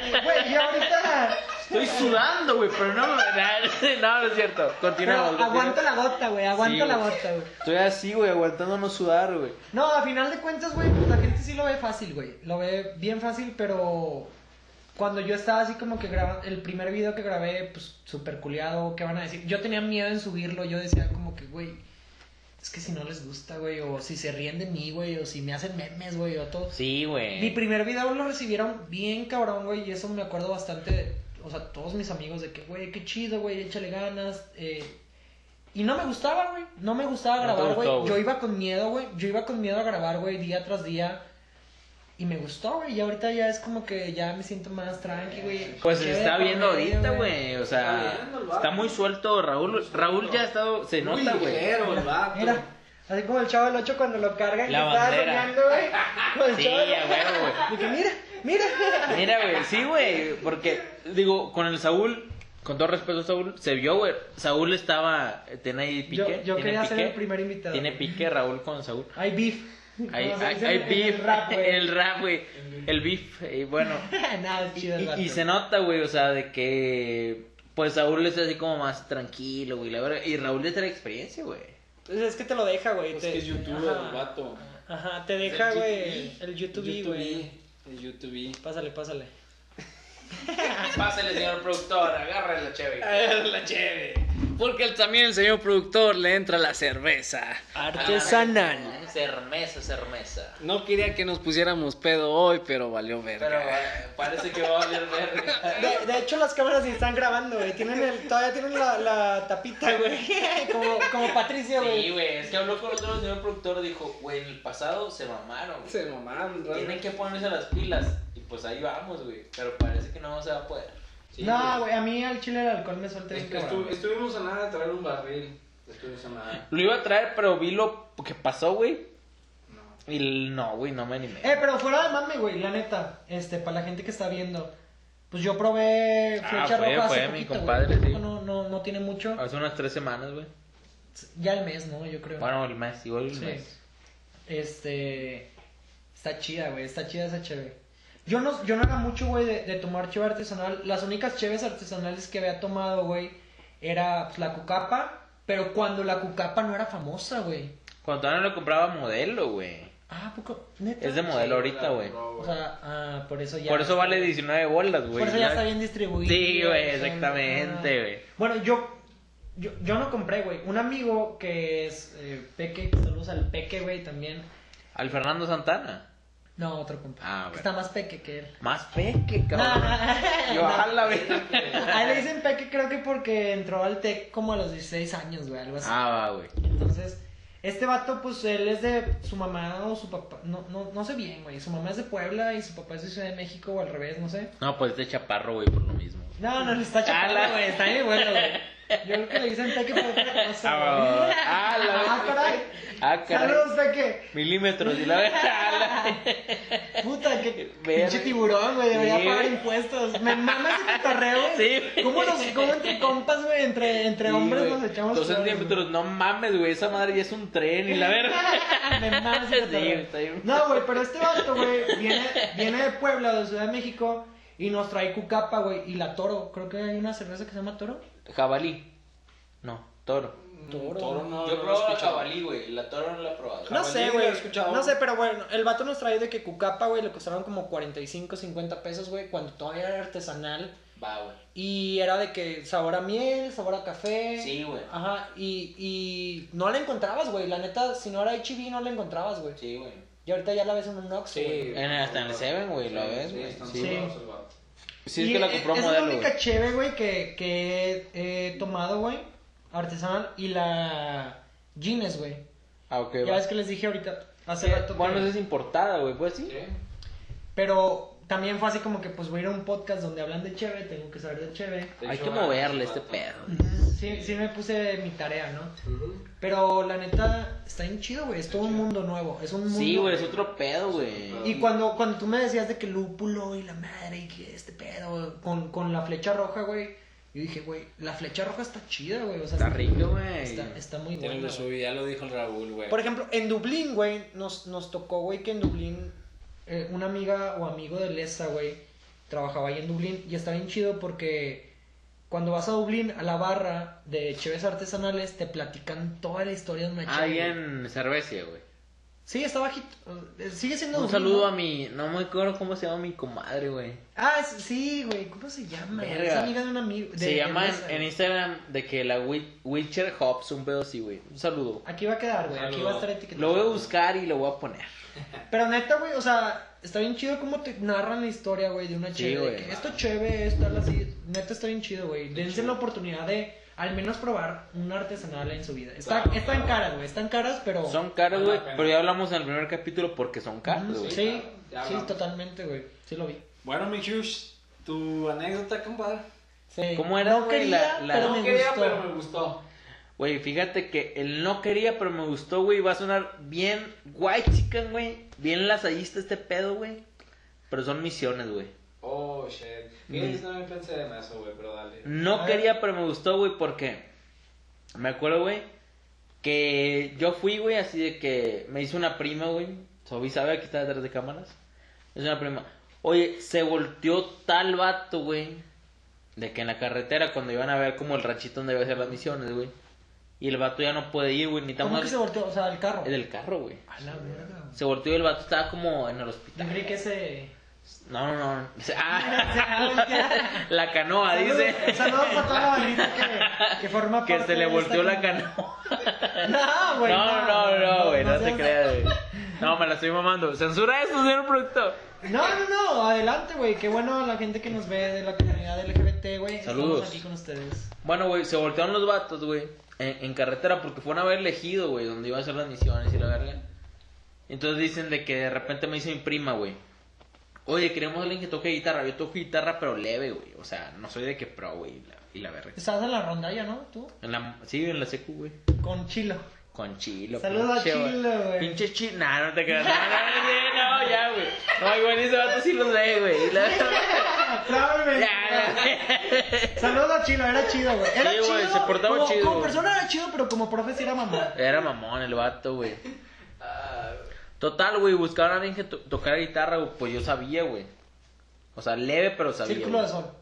[SPEAKER 3] Güey, y ahorita.
[SPEAKER 1] Estoy sudando, güey, pero no, no, no, no es cierto. Continuamos.
[SPEAKER 3] Pero aguanto
[SPEAKER 1] continuamos.
[SPEAKER 3] la gota, güey. Aguanto
[SPEAKER 1] Sí,
[SPEAKER 3] la
[SPEAKER 1] güey.
[SPEAKER 3] gota, güey.
[SPEAKER 1] Estoy así, güey, aguantando no sudar, güey.
[SPEAKER 3] No, a final de cuentas, güey, pues, la gente sí lo ve fácil, güey. Lo ve bien fácil, pero cuando yo estaba así como que grabando, el primer video que grabé, pues súper culiado, ¿qué van a decir? Yo tenía miedo en subirlo, yo decía como que, güey, es que si no les gusta, güey, o si se ríen de mí, güey, o si me hacen memes, güey, o todo.
[SPEAKER 1] Sí,
[SPEAKER 3] Mi
[SPEAKER 1] güey.
[SPEAKER 3] primer video lo recibieron bien cabrón, güey, y eso me acuerdo bastante, de- o sea, todos mis amigos de que, güey, qué chido, güey, échale ganas, eh, Y no me gustaba, güey, no me gustaba
[SPEAKER 1] No te
[SPEAKER 3] grabar, güey,
[SPEAKER 1] gustó,
[SPEAKER 3] yo
[SPEAKER 1] güey.
[SPEAKER 3] iba con miedo, güey, yo iba con miedo a grabar, güey, día tras día, y me gustó, güey, y ahorita ya es como que ya me siento más tranqui, güey.
[SPEAKER 1] Pues se
[SPEAKER 3] Chévere,
[SPEAKER 1] está viendo
[SPEAKER 3] güey,
[SPEAKER 1] ahorita, güey. O sea,
[SPEAKER 5] Está viendo el vato.
[SPEAKER 1] está muy suelto Raúl. Raúl ya ha estado, se
[SPEAKER 5] Muy
[SPEAKER 1] nota, güey.
[SPEAKER 5] ligero el vato.
[SPEAKER 3] Mira, así como el chavo del 8 cuando lo cargan,
[SPEAKER 1] La
[SPEAKER 3] que estaba
[SPEAKER 1] bandera.
[SPEAKER 3] soñando, güey, con el
[SPEAKER 1] Sí,
[SPEAKER 3] Chavo del
[SPEAKER 1] a
[SPEAKER 3] Ocho.
[SPEAKER 1] huevo, güey.
[SPEAKER 3] Dije, mira, mira.
[SPEAKER 1] Mira, güey, sí, güey, porque digo, con el Saúl Con todo respeto, Saúl, se vio, güey. Saúl estaba. Tiene ahí
[SPEAKER 3] Yo,
[SPEAKER 1] pique.
[SPEAKER 3] yo
[SPEAKER 1] tiene
[SPEAKER 3] quería ser
[SPEAKER 1] pique,
[SPEAKER 3] el primer invitado.
[SPEAKER 1] Tiene pique Raúl con Saúl.
[SPEAKER 3] Hay beef.
[SPEAKER 1] Hay,
[SPEAKER 3] Como se
[SPEAKER 1] hay,
[SPEAKER 3] dice
[SPEAKER 1] hay
[SPEAKER 3] en- en
[SPEAKER 1] beef.
[SPEAKER 3] El rap, güey.
[SPEAKER 1] El rap, güey. El beef. Y bueno.
[SPEAKER 3] Nada, es chido el rap,
[SPEAKER 1] Y, y
[SPEAKER 3] güey.
[SPEAKER 1] se nota, güey, o sea, de que. Pues Saúl es así como más tranquilo, güey, la verdad. Y Raúl ya trae experiencia, güey.
[SPEAKER 3] Pues es que te lo deja, güey.
[SPEAKER 2] Pues
[SPEAKER 3] te-
[SPEAKER 2] que es youtuber,
[SPEAKER 3] ajá.
[SPEAKER 2] el vato.
[SPEAKER 3] Ajá, te deja,
[SPEAKER 2] El
[SPEAKER 3] güey,
[SPEAKER 2] YouTube.
[SPEAKER 3] el YouTube, güey.
[SPEAKER 2] El YouTube.
[SPEAKER 3] Pásale, pásale.
[SPEAKER 5] Pásale, señor productor, agarra la chévere.
[SPEAKER 3] Ah,
[SPEAKER 2] La chévere. Porque el- también el señor productor le entra la cerveza.
[SPEAKER 3] Artesanal.
[SPEAKER 5] Cermesa, cermesa.
[SPEAKER 2] No quería que nos pusiéramos pedo hoy, pero valió verga.
[SPEAKER 5] Pero eh, parece que va a valer verga.
[SPEAKER 3] De, de hecho, las cámaras ni están grabando, güey. Tienen el, todavía tienen la, la tapita, güey. Como, como Patricio,
[SPEAKER 5] Sí,
[SPEAKER 3] güey.
[SPEAKER 5] güey, es que habló con otro señor productor, dijo, güey, en el pasado se mamaron, güey.
[SPEAKER 2] Se mamaron, ¿verdad?
[SPEAKER 5] Tienen que ponerse las pilas. Y pues ahí vamos, güey. Pero parece que no se va a poder.
[SPEAKER 3] no, güey, a mí al chile el alcohol me suelta bien,
[SPEAKER 2] Estu-
[SPEAKER 3] cabrón.
[SPEAKER 2] estu- estuvimos a nada de traer un barril. Estuvimos a nada.
[SPEAKER 1] Lo iba a traer, pero vi lo que pasó, güey.
[SPEAKER 2] No.
[SPEAKER 1] Y l- no, güey, no me animé.
[SPEAKER 3] Eh, pero fuera de mame, güey, la neta, este, para la gente que está viendo, pues yo probé
[SPEAKER 1] Ah,
[SPEAKER 3] flecha
[SPEAKER 1] fue-
[SPEAKER 3] roja
[SPEAKER 1] fue
[SPEAKER 3] hace
[SPEAKER 1] mi
[SPEAKER 3] poquito,
[SPEAKER 1] compadre,
[SPEAKER 3] güey.
[SPEAKER 1] sí.
[SPEAKER 3] No, no, no tiene mucho.
[SPEAKER 1] Hace unas tres semanas, güey.
[SPEAKER 3] Ya el mes, ¿no? Yo creo.
[SPEAKER 1] Bueno, el mes, igual el
[SPEAKER 3] Sí.
[SPEAKER 1] mes.
[SPEAKER 3] Este. Está chida, güey. Está chida esa cheve. Yo no, yo no era mucho, güey, de, de tomar cheve artesanal. Las únicas cheves artesanales que había tomado, güey, era pues, la cucapa. Pero cuando la cucapa no era famosa, güey.
[SPEAKER 1] Cuando todavía no lo compraba modelo, güey.
[SPEAKER 3] Ah, poco. Neta.
[SPEAKER 1] Es de modelo ahorita, güey.
[SPEAKER 3] O sea, ah, por eso ya.
[SPEAKER 1] Por eso vale 19 bolas, güey.
[SPEAKER 3] Por eso ya
[SPEAKER 1] ¿no?
[SPEAKER 3] está bien distribuido.
[SPEAKER 1] Sí,
[SPEAKER 3] o
[SPEAKER 1] güey,
[SPEAKER 3] sea,
[SPEAKER 1] exactamente,
[SPEAKER 3] ah.
[SPEAKER 1] güey.
[SPEAKER 3] Bueno, yo, yo, yo no compré, güey. Un amigo que es eh, Peque, que saludos al Peque, güey, también.
[SPEAKER 1] Al Fernando Santana.
[SPEAKER 3] No, otro compa.
[SPEAKER 1] Ah,
[SPEAKER 3] que
[SPEAKER 1] bueno.
[SPEAKER 3] Está más Peque que él.
[SPEAKER 1] Más peque, cabrón.
[SPEAKER 3] No.
[SPEAKER 1] Yo, a la verga.
[SPEAKER 3] Ahí le dicen Peque creo que porque entró al TEC como a los 16 años, güey, algo así.
[SPEAKER 1] Ah, va, güey.
[SPEAKER 3] Entonces, este vato, pues él es de su mamá o su papá, no, no, no sé bien, güey. Su mamá es de Puebla y su papá es de Ciudad de México o al revés, no sé.
[SPEAKER 1] No, pues de chaparro, güey, por lo mismo.
[SPEAKER 3] No, no, le está
[SPEAKER 1] Ala.
[SPEAKER 3] chapando, güey, está bien bueno, güey. Yo creo que le dicen Peque por otra cosa,
[SPEAKER 1] Ah,
[SPEAKER 3] güey.
[SPEAKER 1] ah, la
[SPEAKER 3] Ah, caray.
[SPEAKER 1] Ah, caray.
[SPEAKER 3] Saludos, Peque.
[SPEAKER 1] Milímetros, y la verdad.
[SPEAKER 3] Puta, que
[SPEAKER 1] Verga.
[SPEAKER 3] pinche tiburón, güey, debería
[SPEAKER 1] Sí,
[SPEAKER 3] pagar
[SPEAKER 1] güey.
[SPEAKER 3] impuestos. Me mama ese cotorreo,
[SPEAKER 1] Sí,
[SPEAKER 3] güey.
[SPEAKER 1] güey.
[SPEAKER 3] ¿Cómo, nos, ¿Cómo entre compas, güey, entre, entre hombres nos echamos
[SPEAKER 1] Dos
[SPEAKER 3] flores,
[SPEAKER 1] centímetros, no mames, güey. Esa madre ya es un tren, y la
[SPEAKER 3] güey?
[SPEAKER 1] verdad.
[SPEAKER 3] Me mama ese
[SPEAKER 1] Sí,
[SPEAKER 3] cotorreo.
[SPEAKER 1] está bien.
[SPEAKER 3] No, güey, pero este vato, güey, viene, viene de Puebla, de Ciudad de México, y nos trae cucapa, güey, y la toro. Creo que hay una cerveza que se llama toro.
[SPEAKER 1] Jabalí. No, Mm, toro.
[SPEAKER 3] Toro.
[SPEAKER 2] no,
[SPEAKER 5] Yo
[SPEAKER 2] no
[SPEAKER 5] probé la
[SPEAKER 2] escuchaba.
[SPEAKER 5] jabalí, güey. La toro no la he probado.
[SPEAKER 3] No sé,
[SPEAKER 2] Jabalí,
[SPEAKER 3] güey.
[SPEAKER 2] lo he escuchado.
[SPEAKER 3] No sé, pero bueno, el vato nos trae de que cucapa, güey, le costaron como 45, 50 pesos, güey, cuando todavía era artesanal.
[SPEAKER 5] Va, güey.
[SPEAKER 3] Y era de que sabor a miel, sabor a café.
[SPEAKER 5] Sí, güey.
[SPEAKER 3] Ajá, y, y no la encontrabas, güey. La neta, si no era HIV, no la encontrabas, güey.
[SPEAKER 5] Sí, güey.
[SPEAKER 3] Y ahorita ya la ves en un Oxxo, güey.
[SPEAKER 1] En- hasta en el Seven, güey, lo ves, güey.
[SPEAKER 2] están
[SPEAKER 1] Sí.
[SPEAKER 2] sobrados el vato.
[SPEAKER 1] Sí, es
[SPEAKER 3] Y
[SPEAKER 1] que la
[SPEAKER 3] e-
[SPEAKER 1] compró
[SPEAKER 3] esa
[SPEAKER 1] modelo,
[SPEAKER 3] Es la
[SPEAKER 1] güey.
[SPEAKER 3] única chévere, güey, que, que he tomado, güey. Artesanal. Y la jeans, güey.
[SPEAKER 1] Ah, ok,
[SPEAKER 3] Ya
[SPEAKER 1] va.
[SPEAKER 3] ves que les dije ahorita. Hace
[SPEAKER 1] Eh,
[SPEAKER 3] rato.
[SPEAKER 1] Bueno,
[SPEAKER 3] que-
[SPEAKER 1] esa es importada, güey, pues sí.
[SPEAKER 2] ¿Qué?
[SPEAKER 3] Pero también fue así como que, pues, voy a ir a un podcast donde hablan de chévere. Tengo que saber de chévere.
[SPEAKER 2] De
[SPEAKER 1] Hay
[SPEAKER 2] hecho,
[SPEAKER 1] que
[SPEAKER 2] va,
[SPEAKER 1] moverle
[SPEAKER 2] va,
[SPEAKER 1] este
[SPEAKER 2] va.
[SPEAKER 1] pedo.
[SPEAKER 3] Entonces, sí, sí me puse mi tarea, ¿no?
[SPEAKER 2] Ujú.
[SPEAKER 3] Pero la neta, está bien chido, güey. Es todo un mundo nuevo. Es un mundo.
[SPEAKER 1] Sí, güey, es otro pedo, güey.
[SPEAKER 3] Y cuando, cuando tú me decías de que lúpulo y la madre y que este pedo con, con la flecha roja, güey, yo dije, güey, la flecha roja está chida, güey. O sea,
[SPEAKER 1] Está rico, güey.
[SPEAKER 3] Está, está muy
[SPEAKER 2] Tiene
[SPEAKER 3] buena.
[SPEAKER 2] lo suyo, ya lo dijo el Raúl, güey.
[SPEAKER 3] Por ejemplo, en Dublín, güey, nos, nos tocó, güey, que en Dublín eh, una amiga o amigo de Lesa, güey, trabajaba ahí en Dublín y está bien chido porque cuando vas a Dublín a la barra de cheves artesanales te platican toda la historia de una cheve,
[SPEAKER 1] Ahí
[SPEAKER 3] güey.
[SPEAKER 1] en Cervecia, güey.
[SPEAKER 3] Sí, está bajito. eh, Sigue siendo
[SPEAKER 1] Un
[SPEAKER 3] Dublín,
[SPEAKER 1] saludo
[SPEAKER 3] ¿no?
[SPEAKER 1] a mi. No me acuerdo cómo se llama mi comadre, güey.
[SPEAKER 3] Ah, es- sí, güey, ¿cómo se llama?
[SPEAKER 1] Verga.
[SPEAKER 3] Es amiga de un amigo. de-
[SPEAKER 1] Se
[SPEAKER 3] de
[SPEAKER 1] llama en,
[SPEAKER 3] Lesa,
[SPEAKER 1] en
[SPEAKER 3] güey.
[SPEAKER 1] Instagram de que la Wi- Witcher Hops, un pedo así, güey. Un saludo.
[SPEAKER 3] Aquí va a quedar, güey. Aquí
[SPEAKER 2] Saludo.
[SPEAKER 3] va a estar etiquetado.
[SPEAKER 1] Lo voy a buscar y lo voy a poner.
[SPEAKER 3] Pero neta, güey, o sea, está bien chido cómo te narran la historia, güey, de una
[SPEAKER 1] Sí,
[SPEAKER 3] chévere.
[SPEAKER 1] güey.
[SPEAKER 3] de que Esto es chévere, esto es así. Neta, está bien chido, güey. Dense la oportunidad de al menos probar un artesanal en su vida. Está,
[SPEAKER 2] Claro,
[SPEAKER 3] están
[SPEAKER 2] claro.
[SPEAKER 3] caras, güey. Están caras, pero.
[SPEAKER 1] Son caros,
[SPEAKER 2] Vale la
[SPEAKER 1] güey.
[SPEAKER 2] pena.
[SPEAKER 1] Pero ya hablamos en el primer capítulo porque son caros,
[SPEAKER 3] Ujú,
[SPEAKER 1] güey.
[SPEAKER 3] Sí,
[SPEAKER 2] Ya
[SPEAKER 3] sí,
[SPEAKER 2] hablamos.
[SPEAKER 3] totalmente, güey. Sí lo vi.
[SPEAKER 2] Bueno, mi Hughes, tu anécdota, compadre.
[SPEAKER 3] Sí.
[SPEAKER 1] ¿Cómo era,
[SPEAKER 3] No
[SPEAKER 1] güey, la-
[SPEAKER 3] quería,
[SPEAKER 1] la-
[SPEAKER 3] pero
[SPEAKER 1] No
[SPEAKER 3] me
[SPEAKER 2] quería,
[SPEAKER 3] gustó.
[SPEAKER 2] pero me gustó.
[SPEAKER 1] Güey, fíjate que él no quería, pero me gustó, güey. Va a sonar bien guay, chican, güey. Bien lasallista este pedo, güey. Pero son misiones, güey.
[SPEAKER 2] Oh,
[SPEAKER 5] Oh, shit.
[SPEAKER 3] Mm.
[SPEAKER 5] Fíjate, yo también pensé en eso, güey, pero dale.
[SPEAKER 1] No quería, pero me gustó, güey, porque me acuerdo, güey, que yo fui, güey, así de que me hizo una prima, güey. Sobi sabe, aquí está detrás de cámaras. Es una prima. Oye, se volteó tal vato, güey, de que en la carretera, cuando iban a ver como el ranchito donde iba a hacer las misiones, güey. Y el vato ya no puede ir, güey, ni tan
[SPEAKER 3] ¿Cómo
[SPEAKER 1] mal.
[SPEAKER 3] que se volteó? O sea, el carro.
[SPEAKER 1] El del carro, güey.
[SPEAKER 3] A la verga.
[SPEAKER 1] Se volteó y el vato estaba como en el
[SPEAKER 3] Yo
[SPEAKER 1] hospital.
[SPEAKER 3] creí que se.
[SPEAKER 1] No, no, no. Ah,
[SPEAKER 3] Se va a voltear.
[SPEAKER 1] la canoa, dice.
[SPEAKER 3] Saludos para toda la bandita que, que forma
[SPEAKER 1] Que
[SPEAKER 3] parte
[SPEAKER 1] se le
[SPEAKER 3] de
[SPEAKER 1] volteó
[SPEAKER 3] esta
[SPEAKER 1] la canoa.
[SPEAKER 3] comunidad. Pues No, güey.
[SPEAKER 1] No, no, no, güey, no te
[SPEAKER 3] seas-
[SPEAKER 1] creas, güey. No, me la estoy mamando. Censura eso, señor productor.
[SPEAKER 3] No, no, no, adelante, güey. Qué bueno la gente que nos ve de la comunidad LGBT, güey.
[SPEAKER 1] Saludos.
[SPEAKER 3] Estamos aquí con ustedes.
[SPEAKER 1] Bueno, güey, se voltearon los vatos, güey, en, en carretera porque fueron a ver elegido, güey, donde iban a hacer las misiones y la verga. Entonces dicen de que de repente me dice mi prima, güey. Oye, queremos a alguien que toque guitarra. Yo toco guitarra, pero leve, güey. O sea, no soy de que pro, güey, y la, y la verga.
[SPEAKER 3] Estabas en la rondalla, ¿no? Tú.
[SPEAKER 1] En la, sí, en la secu, güey.
[SPEAKER 3] Con Chilo.
[SPEAKER 1] Con chilo.
[SPEAKER 3] Saludos a
[SPEAKER 1] pinche,
[SPEAKER 3] Chilo, güey.
[SPEAKER 1] Pinche chilo. Nah, no te creas. No, no, no, no, ya, güey. No, igual ese vato sí los ve, güey. Y la-
[SPEAKER 3] Claro, güey. Saludos a Chilo, era chido, güey. Era
[SPEAKER 1] Sí,
[SPEAKER 3] chido.
[SPEAKER 1] güey, se portaba
[SPEAKER 3] como,
[SPEAKER 1] chido,
[SPEAKER 3] Como
[SPEAKER 1] güey.
[SPEAKER 3] persona era chido, pero como profe sí era mamá.
[SPEAKER 1] Era mamón el vato, güey. Total, güey, buscaban a alguien que to- tocara guitarra, güey, pues yo sabía, güey. O sea, leve, pero sabía.
[SPEAKER 3] Círculo de
[SPEAKER 1] güey.
[SPEAKER 3] sol.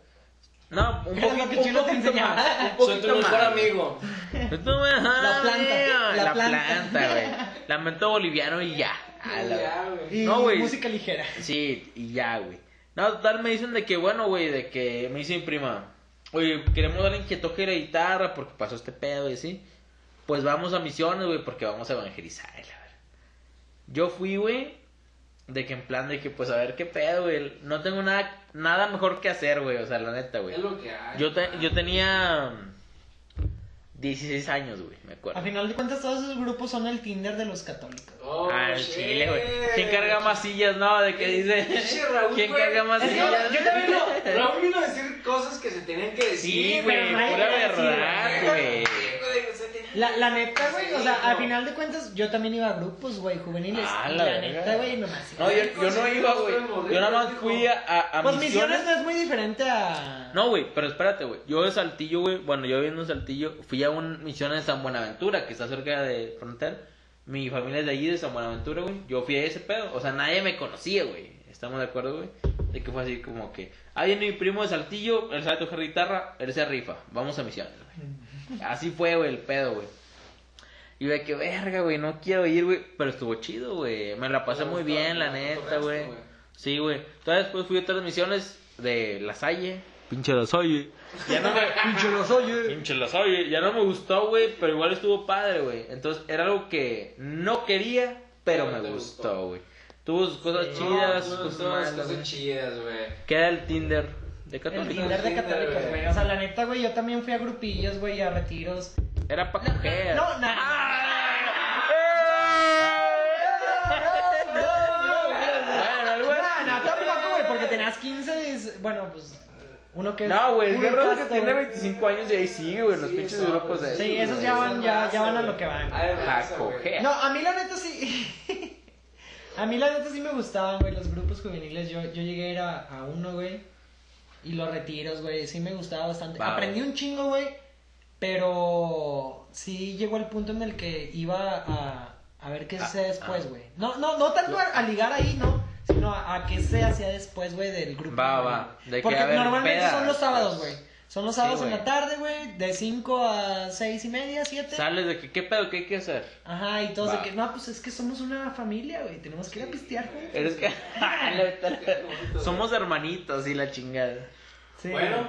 [SPEAKER 1] No, un,
[SPEAKER 3] Era
[SPEAKER 1] poqui-
[SPEAKER 3] lo que
[SPEAKER 1] un
[SPEAKER 3] Chilo te
[SPEAKER 1] poquito
[SPEAKER 3] enseñaba.
[SPEAKER 1] más. Un poquito
[SPEAKER 2] Soy tu mejor
[SPEAKER 1] más.
[SPEAKER 2] amigo.
[SPEAKER 1] Tú me- ah,
[SPEAKER 3] planta,
[SPEAKER 1] mira,
[SPEAKER 3] la
[SPEAKER 1] La
[SPEAKER 3] planta.
[SPEAKER 1] planta, güey. Lamento boliviano y ya. A la-
[SPEAKER 5] Ya, güey.
[SPEAKER 3] Y
[SPEAKER 1] No, güey.
[SPEAKER 3] música ligera.
[SPEAKER 1] Sí, y ya, güey. No, total, me dicen de que, bueno, güey, de que me dice mi prima, oye, queremos a alguien que toque la guitarra porque pasó este pedo y así. Pues vamos a misiones, güey, porque vamos a evangelizar, y la verdad. Yo fui, güey, de que en plan de que, pues a ver qué pedo, güey. No tengo nada, nada mejor que hacer, güey, o sea, la neta, güey.
[SPEAKER 5] Es lo que hay.
[SPEAKER 1] Yo, te- yo tenía 16 años, güey, me acuerdo.
[SPEAKER 3] A final de cuentas, todos esos grupos son el Tinder de los católicos.
[SPEAKER 5] Oh,
[SPEAKER 1] Ah, el
[SPEAKER 5] shit.
[SPEAKER 1] chile, güey. ¿Quién carga más sillas, no? De que dice.
[SPEAKER 5] Pinche Raúl,
[SPEAKER 1] ¿Quién
[SPEAKER 5] güey.
[SPEAKER 1] carga más
[SPEAKER 5] Es que
[SPEAKER 1] sillas?
[SPEAKER 5] Yo también lo. Raúl vino a decir cosas que se tenían que decir.
[SPEAKER 1] Sí, güey,
[SPEAKER 3] pero nadie
[SPEAKER 1] pura
[SPEAKER 3] quiere decir,
[SPEAKER 1] verdad,
[SPEAKER 5] güey.
[SPEAKER 1] güey.
[SPEAKER 5] o sea, que-
[SPEAKER 3] La, la neta, güey, o sea,
[SPEAKER 5] Sí,
[SPEAKER 3] al
[SPEAKER 5] no.
[SPEAKER 3] final de cuentas, yo también iba a grupos, güey, juveniles.
[SPEAKER 1] Ah,
[SPEAKER 3] Y
[SPEAKER 1] la
[SPEAKER 3] la
[SPEAKER 1] verga.
[SPEAKER 3] neta, güey, nomás.
[SPEAKER 1] No, yo, yo no iba, güey. Yo nada más fui a, a, a
[SPEAKER 3] pues misiones,
[SPEAKER 1] misiones.
[SPEAKER 3] no es muy diferente a.
[SPEAKER 1] No, güey, pero espérate, güey. Yo de Saltillo, güey, bueno, yo viviendo en Saltillo, fui a una misión en San Buenaventura, que está cerca de Frontal. Mi familia es de allí, de San Buenaventura, güey. Yo fui a ese pedo. O sea, nadie me conocía, güey. Estamos de acuerdo, güey. De que fue así como que, ah, viene mi primo de Saltillo, él sabe tocar guitarra, él se rifa. Vamos a misiones, güey. Así fue, güey, el pedo, güey. Y ve que verga, güey, no quiero ir, güey. Pero estuvo chido, güey. Me la pasé
[SPEAKER 5] Me
[SPEAKER 1] muy
[SPEAKER 5] gustó,
[SPEAKER 1] bien, la
[SPEAKER 5] me
[SPEAKER 1] neta,
[SPEAKER 5] gustó,
[SPEAKER 1] güey.
[SPEAKER 5] güey.
[SPEAKER 1] Sí, güey. Entonces después fui a otras misiones de La Salle. Pinche La Salle. Ya no me... Pinche La Salle. Pinche La Salle. Ya no me gustó, güey, pero igual estuvo padre, güey. Entonces era algo que no quería, pero
[SPEAKER 5] Pero
[SPEAKER 1] me
[SPEAKER 5] te
[SPEAKER 1] gustó,
[SPEAKER 5] gustó.
[SPEAKER 1] güey. Tuvo sus cosas
[SPEAKER 5] No,
[SPEAKER 1] chidas, sus
[SPEAKER 5] tú,
[SPEAKER 1] cosas
[SPEAKER 5] tú,
[SPEAKER 1] malas,
[SPEAKER 5] cosas
[SPEAKER 1] güey.
[SPEAKER 5] chidas, güey.
[SPEAKER 1] Queda el Tinder de
[SPEAKER 3] El
[SPEAKER 1] Católica.
[SPEAKER 3] Tinder de
[SPEAKER 5] Tinder,
[SPEAKER 3] católicos,
[SPEAKER 5] güey.
[SPEAKER 3] güey. O sea, la neta, güey, yo también fui a grupillos, güey, a retiros.
[SPEAKER 1] Era para coger.
[SPEAKER 3] No, no.
[SPEAKER 1] Bueno, algo
[SPEAKER 3] No,
[SPEAKER 1] así.
[SPEAKER 3] no, tampoco, güey, porque tenías 15 y... es- Bueno, pues... Uno que... es
[SPEAKER 1] No, güey, es
[SPEAKER 3] puro
[SPEAKER 1] que Rosa
[SPEAKER 3] casto,
[SPEAKER 1] tiene
[SPEAKER 3] güey.
[SPEAKER 1] 25 años y ahí sigue, güey, los
[SPEAKER 5] Sí,
[SPEAKER 1] pinches
[SPEAKER 5] no,
[SPEAKER 1] grupos de...
[SPEAKER 5] pues,
[SPEAKER 3] Sí, esos ya van, ya, ya van a lo que van. güey.
[SPEAKER 5] Ay,
[SPEAKER 1] A
[SPEAKER 5] raza, güey.
[SPEAKER 1] coger.
[SPEAKER 3] No, a mí la neta sí... A mí la neta sí me gustaban, güey, los grupos juveniles. Yo, yo llegué a ir a, a uno, güey. Y los retiros, güey, sí me gustaba bastante.
[SPEAKER 1] Va,
[SPEAKER 3] Aprendí
[SPEAKER 1] güey.
[SPEAKER 3] un chingo, güey. Pero sí llegó el punto en el que iba a, a ver qué se
[SPEAKER 1] Ah,
[SPEAKER 3] hacía después,
[SPEAKER 1] ah.
[SPEAKER 3] güey. No, no, no tanto a, a ligar ahí, ¿no? Sino a, a qué se hacía después, güey, del grupo.
[SPEAKER 1] Va,
[SPEAKER 3] güey.
[SPEAKER 1] va. De que,
[SPEAKER 3] Porque
[SPEAKER 1] a ver,
[SPEAKER 3] normalmente
[SPEAKER 1] peda,
[SPEAKER 3] son los sábados,
[SPEAKER 1] pues.
[SPEAKER 3] güey. Son los sábados
[SPEAKER 1] Sí,
[SPEAKER 3] en la
[SPEAKER 1] güey.
[SPEAKER 3] tarde, güey, de 5 a 6 y media, 7.
[SPEAKER 1] Sales de que, ¿qué pedo? ¿Qué hay que hacer?
[SPEAKER 3] Ajá, y todos
[SPEAKER 1] Va.
[SPEAKER 3] de que, no, pues es que somos una familia, güey, tenemos que ir a pistear, güey.
[SPEAKER 1] Eres que... Somos hermanitos y la chingada.
[SPEAKER 3] Sí.
[SPEAKER 2] Bueno,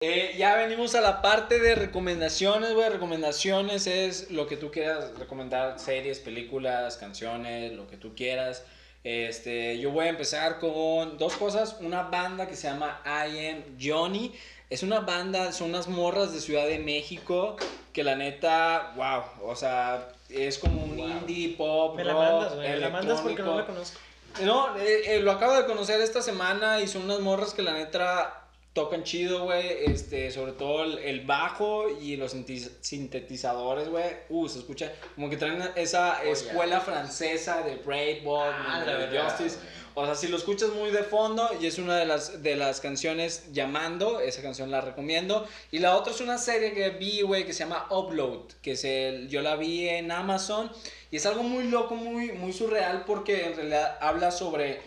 [SPEAKER 2] eh, ya venimos a la parte de recomendaciones, güey. Recomendaciones es lo que tú quieras recomendar, series, películas, canciones, lo que tú quieras. Este, yo voy a empezar con dos cosas. Una banda que se llama I Am Johnny. Es una banda, son unas morras de Ciudad de México que la neta, wow, o sea, es como un indie pop.
[SPEAKER 3] me la
[SPEAKER 2] rock,
[SPEAKER 3] mandas, güey, me la mandas porque no la
[SPEAKER 2] electrónico.
[SPEAKER 3] conozco.
[SPEAKER 2] No, eh, eh, lo acabo de conocer esta semana y son unas morras que la neta tocan chido, güey. Este, sobre todo el, el bajo y los sinti- sintetizadores, güey. Uh, se escucha como que traen esa escuela francesa de breakball,
[SPEAKER 5] Oh, Ah, la
[SPEAKER 2] de
[SPEAKER 5] verdad,
[SPEAKER 2] Justice.
[SPEAKER 5] güey.
[SPEAKER 2] O sea, si lo escuchas muy de fondo y es una de las, de las canciones Llamando, esa canción la recomiendo. Y la otra es una serie que vi, güey, que se llama Upload, que se, yo la vi en Amazon. Y es algo muy loco, muy, muy surreal, porque en realidad habla sobre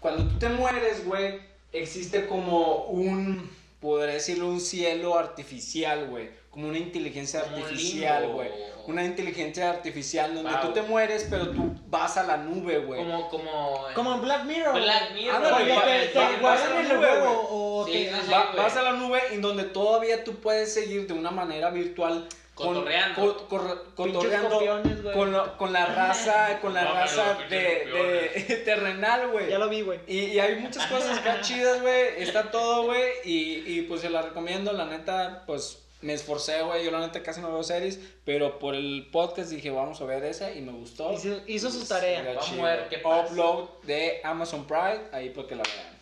[SPEAKER 2] cuando tú te mueres, güey, existe como un, podría decirlo, un cielo artificial, güey. Como una inteligencia
[SPEAKER 5] Como un
[SPEAKER 2] artificial,
[SPEAKER 5] limbo.
[SPEAKER 2] güey. Una inteligencia artificial donde
[SPEAKER 5] Wow.
[SPEAKER 2] tú te mueres, pero tú vas a la nube, güey.
[SPEAKER 5] Como, como. eh,
[SPEAKER 3] Como en Black Mirror.
[SPEAKER 5] Black Mirror.
[SPEAKER 3] Ah, no,
[SPEAKER 5] güey,
[SPEAKER 3] porque
[SPEAKER 5] güey,
[SPEAKER 3] te, te
[SPEAKER 5] güey,
[SPEAKER 2] vas a
[SPEAKER 3] guardan
[SPEAKER 2] la
[SPEAKER 3] el
[SPEAKER 2] nube,
[SPEAKER 3] huevo o
[SPEAKER 5] Sí,
[SPEAKER 3] te-
[SPEAKER 5] sí, sí.
[SPEAKER 2] Va-
[SPEAKER 5] güey.
[SPEAKER 2] vas a la nube en donde todavía tú puedes seguir de una manera virtual con-
[SPEAKER 5] Cotorreando.
[SPEAKER 2] co- corre-
[SPEAKER 3] Pinches
[SPEAKER 2] cotorreando
[SPEAKER 3] copiones, güey.
[SPEAKER 2] con, lo- con la raza, con la
[SPEAKER 5] No, pero
[SPEAKER 2] raza
[SPEAKER 5] los pinches
[SPEAKER 2] de, de- terrenal, güey.
[SPEAKER 3] Ya lo vi, güey.
[SPEAKER 2] Y, y hay muchas cosas acá chidas, güey. Está todo, güey. Y, y, pues se la recomiendo, la neta, pues me esforcé, güey. Yo la neta casi no veo series, pero por el podcast dije, vamos a ver esa y me gustó.
[SPEAKER 3] Hizo, hizo su
[SPEAKER 2] Sí,
[SPEAKER 3] tarea.
[SPEAKER 2] era
[SPEAKER 5] Vamos a
[SPEAKER 2] chido.
[SPEAKER 5] ver qué pasa.
[SPEAKER 2] Upload de Amazon Pride, ahí porque la vean.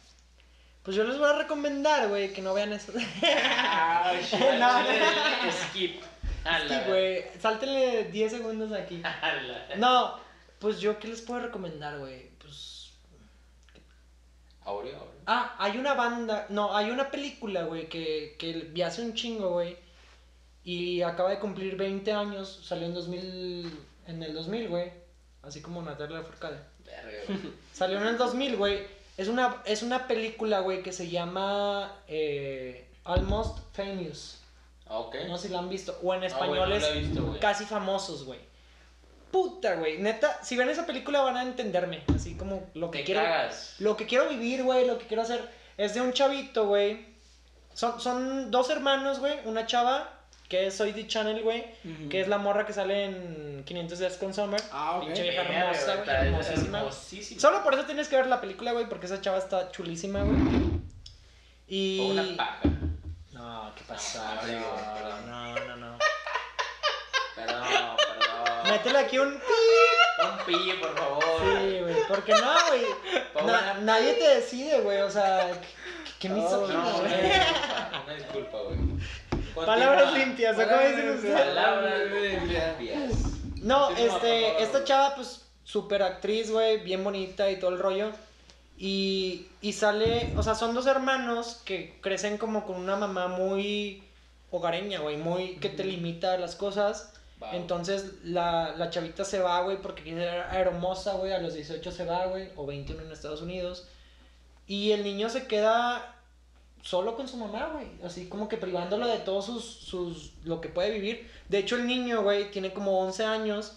[SPEAKER 3] Pues yo les voy a recomendar, güey, que no vean eso.
[SPEAKER 5] Ay, shit,
[SPEAKER 3] No, no.
[SPEAKER 5] chile, Skip. A la-
[SPEAKER 3] Sí, güey, sáltenle 10 segundos aquí.
[SPEAKER 5] a la-
[SPEAKER 3] No, pues yo, ¿qué les puedo recomendar, güey? Pues
[SPEAKER 5] Aureo, Aureo.
[SPEAKER 3] Ah, hay una banda, no, hay una película, güey, que, que vi hace un chingo, güey. Y acaba de cumplir 20 años, salió en 2000, en el 2000, güey. Así como Natalia Forcade.
[SPEAKER 5] Verga, güey.
[SPEAKER 3] Salió en el 2000, güey. Es una, es una película, güey, que se llama eh, Almost Famous.
[SPEAKER 5] Ah, Ok.
[SPEAKER 3] No sé si la han visto. O en
[SPEAKER 5] Ah, güey, no
[SPEAKER 3] español
[SPEAKER 5] la
[SPEAKER 3] es
[SPEAKER 5] he visto, güey.
[SPEAKER 3] Casi Famosos, güey. Puta, güey. Neta, si ven esa película van a entenderme. Así como lo que
[SPEAKER 5] Te
[SPEAKER 3] quiero
[SPEAKER 5] cagas.
[SPEAKER 3] lo que quiero vivir, güey, lo que quiero hacer, es de un chavito, güey. Son, son dos hermanos, güey. Una chava, que es Soy D Channel, güey. Que es la morra que sale en 500 días con Summer.
[SPEAKER 2] Ah, ok.
[SPEAKER 3] Pinche vieja
[SPEAKER 5] Verga,
[SPEAKER 3] hermosa,
[SPEAKER 5] güey,
[SPEAKER 3] güey.
[SPEAKER 5] está
[SPEAKER 3] hermosísima.
[SPEAKER 5] hermosísima.
[SPEAKER 3] Solo por eso tienes que ver la película, güey, porque esa chava está chulísima, güey. Y...
[SPEAKER 5] O una paja.
[SPEAKER 3] No, ¿qué
[SPEAKER 5] No,
[SPEAKER 3] pasa, güey?
[SPEAKER 5] no, perdón.
[SPEAKER 3] No, no, no.
[SPEAKER 5] Perdón, perdón.
[SPEAKER 3] Métele aquí un... pi,
[SPEAKER 5] Un pillo, por favor.
[SPEAKER 3] güey. Porque no, güey. Na- nadie te decide, güey. O sea, qué- qué
[SPEAKER 5] No,
[SPEAKER 3] misógino,
[SPEAKER 5] una
[SPEAKER 3] güey.
[SPEAKER 5] disculpa, una disculpa, güey. Continúa.
[SPEAKER 3] Palabras limpias, ¿o cómo dicen
[SPEAKER 2] Palabras
[SPEAKER 3] ustedes?
[SPEAKER 5] Palabras limpias.
[SPEAKER 3] No,
[SPEAKER 2] Sí, no, por
[SPEAKER 3] este,
[SPEAKER 2] favor,
[SPEAKER 3] esta
[SPEAKER 2] güey.
[SPEAKER 3] chava, pues, super actriz, güey, bien bonita y todo el rollo. Y, y sale, o sea, son dos hermanos que crecen como con una mamá muy hogareña, güey, muy que te limita las cosas.
[SPEAKER 5] Va,
[SPEAKER 3] Entonces la, la chavita se va, güey, porque quiere ser hermosa, güey, a los 18 se va, güey, o 21 en Estados Unidos. Y el niño se queda solo con su mamá, güey, así como que privándolo de todos sus, sus, lo que puede vivir. De hecho el niño, güey, tiene como 11 años,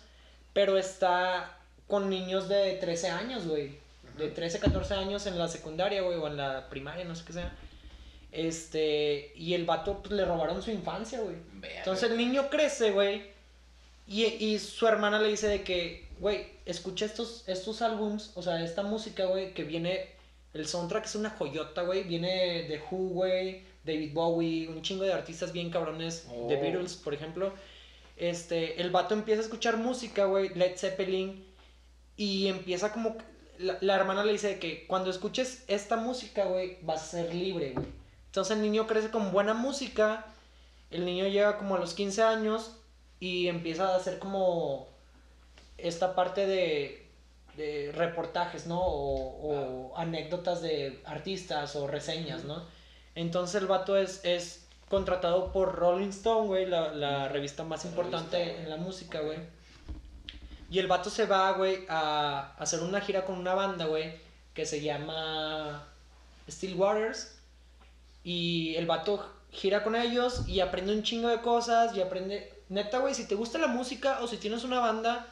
[SPEAKER 3] pero está con niños de 13 años, güey. De 13, 14 años en la secundaria, güey, o en la primaria, no sé qué sea. Este, y el vato pues, le robaron su infancia, güey.
[SPEAKER 5] verga.
[SPEAKER 3] Entonces el niño crece, güey. Y, y su hermana le dice de que, güey, escucha estos, estos álbums, o sea, esta música, güey, que viene, el soundtrack es una joyota, güey, viene de Who, güey, David Bowie, un chingo de artistas bien cabrones,
[SPEAKER 2] Oh.
[SPEAKER 3] The Beatles, por ejemplo. Este, el vato empieza a escuchar música, güey, Led Zeppelin, y empieza como, que- la, la hermana le dice de que cuando escuches esta música, güey, vas a ser libre, güey. Entonces el niño crece con buena música, el niño llega como a los 15 años y empieza a hacer como esta parte de, de reportajes, ¿no? O, o anécdotas de artistas o reseñas, ¿no? Entonces el vato es, es contratado por Rolling Stone, güey, la, la revista más
[SPEAKER 5] La
[SPEAKER 3] importante
[SPEAKER 5] revista, güey.
[SPEAKER 3] en la música, güey. Y el vato se va, güey, a hacer una gira con una banda, güey, que se llama Steel Waters. Y el vato gira con ellos y aprende un chingo de cosas y aprende... Neta, güey, si te gusta la música o si tienes una banda,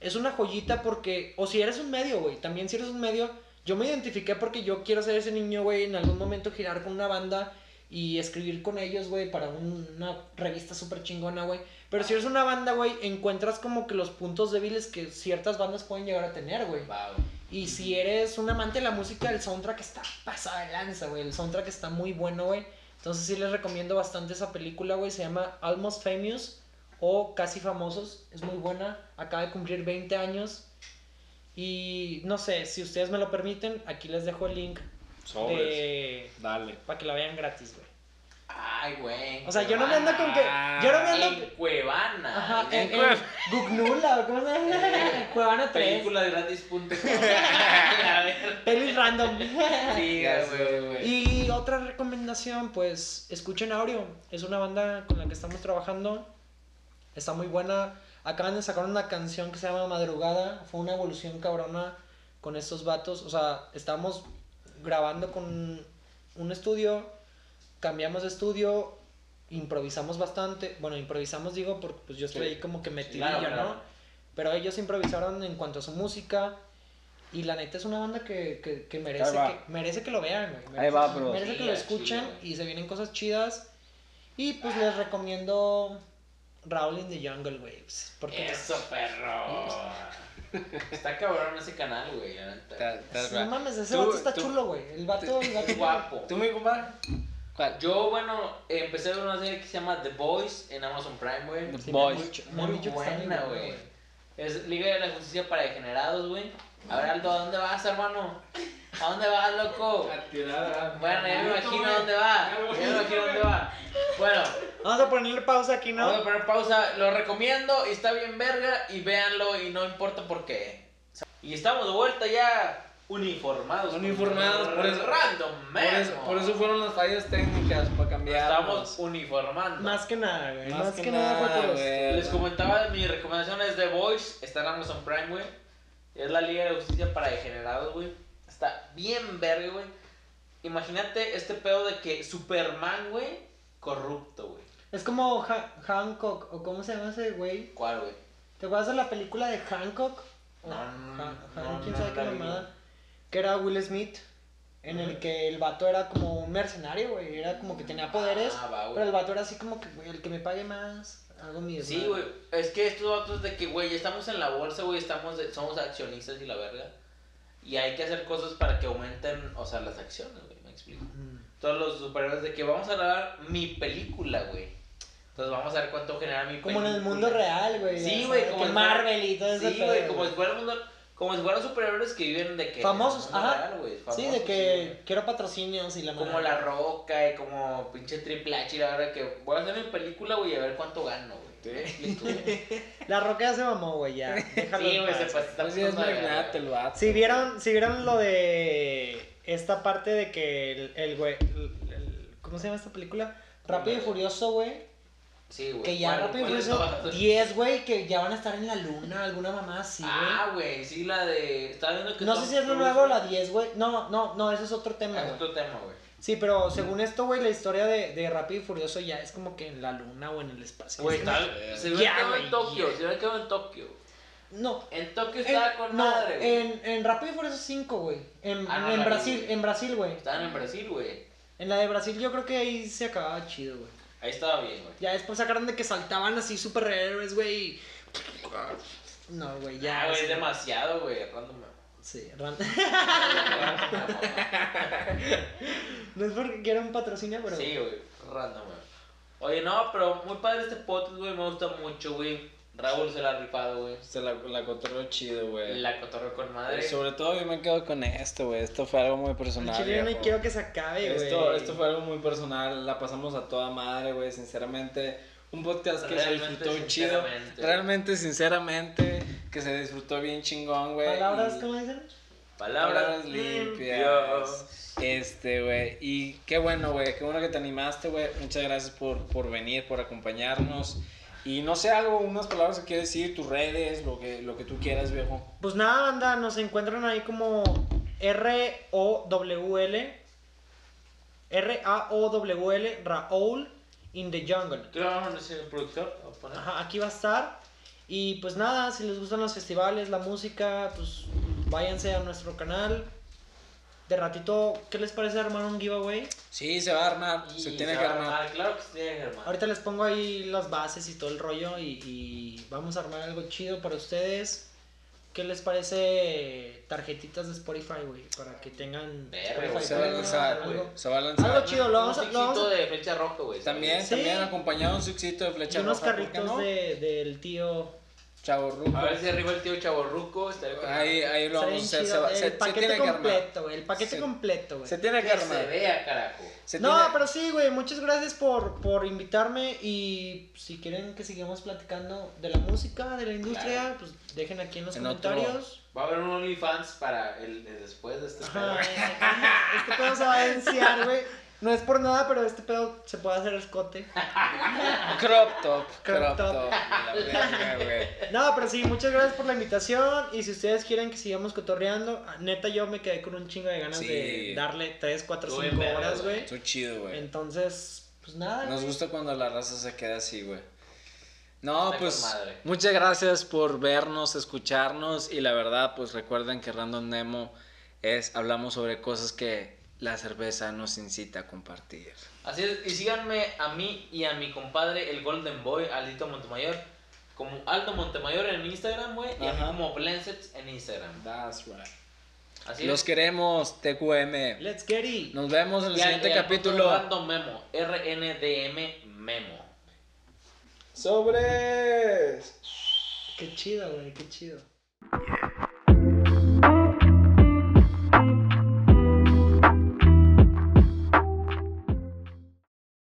[SPEAKER 3] es una joyita porque... O si eres un medio, güey, también si eres un medio... Yo me identifiqué porque yo quiero ser ese niño, güey, en algún momento girar con una banda y escribir con ellos, güey, para un- una revista súper chingona, güey. Pero si eres una banda, güey, encuentras como que los puntos débiles que ciertas bandas pueden llegar a tener, güey.
[SPEAKER 5] Va, güey.
[SPEAKER 3] Y si eres un amante de la música, el soundtrack está pasado de lanza, güey. El soundtrack está muy bueno, güey. Entonces sí les recomiendo bastante esa película, güey. Se llama Almost Famous o Casi Famosos. Es muy buena. Acaba de cumplir 20 años. Y no sé, si ustedes me lo permiten, aquí les dejo el link
[SPEAKER 2] Sobres.
[SPEAKER 3] de...
[SPEAKER 5] pues.
[SPEAKER 2] Dale.
[SPEAKER 3] para que la vean gratis, güey.
[SPEAKER 5] Ah, Ay, güey.
[SPEAKER 3] O sea, yo no me ando con que. Yo no me ando.
[SPEAKER 5] Ah, En Cuevana.
[SPEAKER 3] Ajá,
[SPEAKER 5] en
[SPEAKER 3] en, en Gugnula, o ¿cómo se llama? Cuevana 3.
[SPEAKER 5] película gratis.com. A ver.
[SPEAKER 3] Pelis random.
[SPEAKER 5] Sí,
[SPEAKER 2] Ya sé,
[SPEAKER 5] güey,
[SPEAKER 2] güey.
[SPEAKER 5] güey.
[SPEAKER 3] Y otra recomendación, pues escuchen Aureo. Es una banda con la que estamos trabajando. Está muy buena. Acaban de sacar una canción que se llama Madrugada. Fue una evolución cabrona con estos vatos. O sea, estamos grabando con un estudio. Cambiamos de estudio. Improvisamos bastante. Bueno, improvisamos digo porque pues yo estoy ahí como que metidillo,
[SPEAKER 5] claro, claro.
[SPEAKER 3] ¿no? Pero ellos improvisaron en cuanto a su música. Y la neta es una banda que, que, que
[SPEAKER 2] Ahí
[SPEAKER 3] merece,
[SPEAKER 2] va.
[SPEAKER 3] que merece que lo vean, güey.
[SPEAKER 6] Ahí va,
[SPEAKER 3] Merece-
[SPEAKER 6] bro.
[SPEAKER 3] Merece que lo
[SPEAKER 5] Chida,
[SPEAKER 3] escuchen
[SPEAKER 5] chida, güey.
[SPEAKER 3] y se vienen cosas chidas. Y pues les recomiendo Raul in the Jungle, güey. pues, Porque
[SPEAKER 5] Eso, perro. Está cabrón ese canal, güey. la neta.
[SPEAKER 2] Ta- ta-
[SPEAKER 3] pues, no mames, ese
[SPEAKER 2] Tú-
[SPEAKER 3] vato está
[SPEAKER 2] tú-
[SPEAKER 3] chulo, güey. El vato, el vato
[SPEAKER 5] Es guapo.
[SPEAKER 2] ¿Tú, mi compadre? ¿Cuál?
[SPEAKER 5] Yo, bueno, empecé a ver una serie que se llama The Boys en Amazon Prime, güey.
[SPEAKER 3] Sí, me han
[SPEAKER 6] Boys.
[SPEAKER 3] dicho- me han
[SPEAKER 5] Muy
[SPEAKER 3] dicho que está bien
[SPEAKER 5] buena,
[SPEAKER 3] bueno,
[SPEAKER 5] güey. Es Liga de la Justicia para degenerados, güey. A ver, Aldo, ¿a dónde vas, hermano? ¿A dónde vas, loco? Bueno, ya me imagino dónde va. Ya me imagino dónde va. Bueno,
[SPEAKER 3] Vamos a ponerle pausa aquí,
[SPEAKER 5] vamos a
[SPEAKER 3] ¿no?
[SPEAKER 5] poner pausa. Lo recomiendo y está bien verga y véanlo y no importa por qué. Y estamos de vuelta ya uniformados.
[SPEAKER 2] Uniformados, por eso-
[SPEAKER 5] Random,
[SPEAKER 2] Por eso, por eso fueron las fallas técnicas para cambiar.
[SPEAKER 5] Estamos uniformando.
[SPEAKER 3] Más que nada, güey.
[SPEAKER 2] más, que, nada,
[SPEAKER 3] fue por los-
[SPEAKER 2] güey.
[SPEAKER 5] Les comentaba, mi recomendación es The Voice, está en Amazon Prime, güey. Es la Liga de la Justicia para degenerados, güey. Está bien verga, güey. Imagínate este pedo de que Superman, güey, corrupto, güey.
[SPEAKER 3] Es como Ha- Hancock, o cómo se llama ese güey.
[SPEAKER 5] ¿Cuál, güey?
[SPEAKER 3] ¿Te acuerdas de la película de Hancock? O
[SPEAKER 5] No, no,
[SPEAKER 3] Han-
[SPEAKER 5] no,
[SPEAKER 3] Han-
[SPEAKER 5] no,
[SPEAKER 3] ¿Quién
[SPEAKER 5] no
[SPEAKER 3] sabe qué
[SPEAKER 5] la vi.
[SPEAKER 3] llamada? Que era Will Smith, en el que el vato era como un mercenario, güey. Era como que tenía poderes,
[SPEAKER 5] Ah, va, güey.
[SPEAKER 3] pero el vato era así como que, güey, el que me pague más, hago mi
[SPEAKER 5] Sí,
[SPEAKER 3] desmadre.
[SPEAKER 5] güey. Es que estos datos de que, güey, estamos en la bolsa, güey, estamos de- somos accionistas y la verga. Y hay que hacer cosas para que aumenten, o sea, las acciones, güey, me explico.
[SPEAKER 3] Mm.
[SPEAKER 5] Todos los superhéroes de que vamos a grabar mi película, güey. Entonces vamos a ver cuánto genera mi película.
[SPEAKER 3] Como en el mundo real, güey.
[SPEAKER 5] Sí,
[SPEAKER 3] ya
[SPEAKER 5] güey,
[SPEAKER 3] sabes,
[SPEAKER 5] como
[SPEAKER 3] que
[SPEAKER 5] si fuera-
[SPEAKER 3] Marvel y todo eso.
[SPEAKER 5] Sí, güey, como si fueran mundo- como si fueran superhéroes que viven de que
[SPEAKER 3] Famosos,
[SPEAKER 5] en el mundo
[SPEAKER 3] ajá.
[SPEAKER 5] real, güey,
[SPEAKER 3] Sí,
[SPEAKER 5] famosos,
[SPEAKER 3] de que
[SPEAKER 5] güey.
[SPEAKER 3] quiero patrocinios y la
[SPEAKER 5] como
[SPEAKER 3] madre.
[SPEAKER 5] La Roca y como pinche Triple H y la verdad que voy a hacer mi película, güey, a ver cuánto gano, güey. ¿Me explico, güey?
[SPEAKER 3] La Roca ya se mamó, güey, ya. Déjalo
[SPEAKER 5] Sí,
[SPEAKER 3] en
[SPEAKER 5] güey,
[SPEAKER 3] paz.
[SPEAKER 5] se pasa está
[SPEAKER 2] Así es
[SPEAKER 5] pasando de verga,
[SPEAKER 2] magnate
[SPEAKER 5] güey.
[SPEAKER 2] el vato.
[SPEAKER 3] Si vieron, si vieron lo de esta parte de que el, el güey, el- el- ¿cómo se llama esta película? Rápido y Furioso, güey.
[SPEAKER 5] Sí, güey.
[SPEAKER 3] Que ya
[SPEAKER 5] ¿Cuál-
[SPEAKER 3] Rápido y
[SPEAKER 5] cuál es
[SPEAKER 3] Furioso
[SPEAKER 5] todas?
[SPEAKER 3] 10, güey, que ya van a estar en la luna, alguna mamá así, güey.
[SPEAKER 5] Ah, güey, sí, la de. Estaba viendo que.
[SPEAKER 3] No
[SPEAKER 5] Tom
[SPEAKER 3] sé si es la
[SPEAKER 5] Cruise,
[SPEAKER 3] nueva o la
[SPEAKER 5] güey,
[SPEAKER 3] 10, güey. No, no, no, ese es otro tema,
[SPEAKER 5] Es
[SPEAKER 3] güey.
[SPEAKER 5] otro tema, güey.
[SPEAKER 3] Sí, pero según esto, güey, la historia de, de Rápido y Furioso ya es como que en la luna o en el espacio.
[SPEAKER 5] Güey,
[SPEAKER 3] Es-
[SPEAKER 5] estaba- se
[SPEAKER 3] Ya,
[SPEAKER 5] hubiera quedado
[SPEAKER 3] güey,
[SPEAKER 5] en Tokio,
[SPEAKER 3] ya.
[SPEAKER 5] se hubiera quedado en Tokio.
[SPEAKER 3] No.
[SPEAKER 5] En Tokio
[SPEAKER 3] en-
[SPEAKER 5] estaba con
[SPEAKER 3] no,
[SPEAKER 5] madre, güey.
[SPEAKER 3] en, en Rápido y Furioso 5, güey. En,
[SPEAKER 5] Ah, no,
[SPEAKER 3] en
[SPEAKER 5] la vi,
[SPEAKER 3] Brasil,
[SPEAKER 5] güey.
[SPEAKER 3] en Brasil, güey.
[SPEAKER 5] Estaban en Brasil, güey.
[SPEAKER 3] En la de Brasil yo creo que ahí se acababa chido, güey.
[SPEAKER 5] Ahí estaba bien, güey.
[SPEAKER 3] Ya después sacaron de que saltaban así superhéroes, güey. y- No, güey,
[SPEAKER 2] Ah,
[SPEAKER 3] ya.
[SPEAKER 5] Ya, Ah, güey,
[SPEAKER 3] sí,
[SPEAKER 5] es demasiado, güey. Random.
[SPEAKER 3] sí, ran- no es porque quiera un patrocinio, pero.
[SPEAKER 5] Sí, güey, random, güey. Oye, no, pero muy padre este podcast, güey. Me gusta mucho, güey. Raúl se la ha rifado, güey.
[SPEAKER 2] Se la, la cotorreo chido, güey.
[SPEAKER 5] La cotorreó con madre.
[SPEAKER 2] Sobre todo yo me quedo con esto, güey. Esto fue algo muy
[SPEAKER 3] Al
[SPEAKER 2] personal.
[SPEAKER 3] chile yo no
[SPEAKER 2] viejo.
[SPEAKER 3] quiero que se acabe, güey.
[SPEAKER 2] esto, esto fue algo muy personal. La pasamos a toda madre, güey. Sinceramente, un podcast que
[SPEAKER 5] Realmente,
[SPEAKER 2] se disfrutó chido.
[SPEAKER 5] sinceramente.
[SPEAKER 2] Realmente, sinceramente, que se disfrutó bien chingón, güey.
[SPEAKER 3] Palabras,
[SPEAKER 2] y-
[SPEAKER 3] ¿cómo dicen?
[SPEAKER 5] Palabras
[SPEAKER 2] Palabras limpias. Este, güey. Y qué bueno, güey. Qué bueno que te animaste, güey. Muchas gracias por, por venir, por acompañarnos. Y no sé, algo, unas palabras que quieres decir, tus redes, lo que, lo que tú quieras, viejo.
[SPEAKER 3] Pues nada, banda, nos encuentran ahí como R-O-W-L. R-A-O-W-L, Raúl in the Jungle.
[SPEAKER 5] ¿Tú lo vamos a decir el productor? ¿O poner?
[SPEAKER 3] Ajá, aquí va a estar. Y pues nada, si les gustan los festivales, la música, pues váyanse a nuestro canal. De ratito, ¿qué les parece armar un giveaway?
[SPEAKER 2] Sí, se va a armar.
[SPEAKER 5] Y
[SPEAKER 2] se tiene
[SPEAKER 5] va
[SPEAKER 2] que
[SPEAKER 5] a
[SPEAKER 2] armar.
[SPEAKER 5] Ah, Claro que se tiene que armar.
[SPEAKER 3] Ahorita les pongo ahí las bases y todo el rollo y, y vamos a armar algo chido para ustedes. ¿Qué les parece tarjetitas de Spotify, güey? Para que tengan...
[SPEAKER 5] Verga,
[SPEAKER 3] Spotify
[SPEAKER 5] güey,
[SPEAKER 2] Se va a lanzar,
[SPEAKER 3] Premium, algo-
[SPEAKER 2] güey. Se va Ah, a
[SPEAKER 3] Algo
[SPEAKER 2] lanzar.
[SPEAKER 3] chido, lo vamos a... lo vamos a-
[SPEAKER 5] Un de flecha roja, güey.
[SPEAKER 2] También,
[SPEAKER 3] Sí.
[SPEAKER 2] también acompañado un suxito de
[SPEAKER 3] y
[SPEAKER 2] flecha
[SPEAKER 3] unos
[SPEAKER 2] roja, ¿por qué
[SPEAKER 3] carritos
[SPEAKER 2] no?
[SPEAKER 3] de, del tío...
[SPEAKER 2] Chavo Ruco.
[SPEAKER 5] A ver si arriba el tío Chaborruco. Estaría con
[SPEAKER 2] Ahí, ahí lo
[SPEAKER 3] Está
[SPEAKER 2] vamos a
[SPEAKER 3] bien
[SPEAKER 2] hacer.
[SPEAKER 3] chido,
[SPEAKER 2] Se, va-
[SPEAKER 3] el
[SPEAKER 2] se- se
[SPEAKER 3] paquete
[SPEAKER 2] tiene que armar.
[SPEAKER 3] completo, güey. El paquete
[SPEAKER 2] Se-
[SPEAKER 3] completo, güey.
[SPEAKER 2] Se tiene que
[SPEAKER 5] Que se
[SPEAKER 2] armar.
[SPEAKER 5] vea, carajo.
[SPEAKER 2] Se, Se
[SPEAKER 3] No,
[SPEAKER 2] tiene-
[SPEAKER 3] pero sí, güey, muchas gracias por, por invitarme y si quieren que sigamos platicando de la música, de la industria, pues dejen aquí en los
[SPEAKER 2] En otro-
[SPEAKER 3] comentarios.
[SPEAKER 5] Va a haber un OnlyFans para el, el después de este
[SPEAKER 3] Ajá,
[SPEAKER 5] pedo.
[SPEAKER 3] este pedo se va a enciar, güey. No es por nada, pero este pedo se puede hacer escote.
[SPEAKER 2] Crop top, crop,
[SPEAKER 3] Crop
[SPEAKER 2] top.
[SPEAKER 3] top.
[SPEAKER 2] La verga, güey.
[SPEAKER 3] No, pero sí, muchas gracias por la invitación. Y si ustedes quieren que sigamos cotorreando, ah, neta, yo me quedé con un chingo de ganas
[SPEAKER 2] Sí.
[SPEAKER 3] de darle 3, 4,
[SPEAKER 5] Estuvo
[SPEAKER 3] 5
[SPEAKER 5] bien
[SPEAKER 3] horas,
[SPEAKER 5] verga,
[SPEAKER 3] güey.
[SPEAKER 2] Estuvo chido, güey.
[SPEAKER 3] Entonces, pues nada.
[SPEAKER 2] Nos
[SPEAKER 3] güey.
[SPEAKER 2] gusta cuando la raza se queda así, güey. No,
[SPEAKER 5] Está con
[SPEAKER 2] pues
[SPEAKER 5] madre.
[SPEAKER 2] muchas gracias por vernos, escucharnos y la verdad, pues recuerden que Random Nemo es hablamos sobre cosas que la cerveza nos incita a compartir.
[SPEAKER 5] Así es, y síganme a mí y a mi compadre, el Golden Boy, Aldito Montemayor, como Aldo Montemayor en Instagram, güey, y a mí
[SPEAKER 2] Ajá.
[SPEAKER 5] como Blensets en Instagram.
[SPEAKER 2] That's right.
[SPEAKER 5] Así
[SPEAKER 2] Los
[SPEAKER 5] es.
[SPEAKER 2] queremos, TQM.
[SPEAKER 3] Let's get it.
[SPEAKER 2] Nos vemos en el
[SPEAKER 5] Y al-
[SPEAKER 2] siguiente
[SPEAKER 5] y al punto
[SPEAKER 2] capítulo.
[SPEAKER 5] Random Memo, RNDM Memo.
[SPEAKER 2] Sobres.
[SPEAKER 3] Qué chido, güey, qué chido.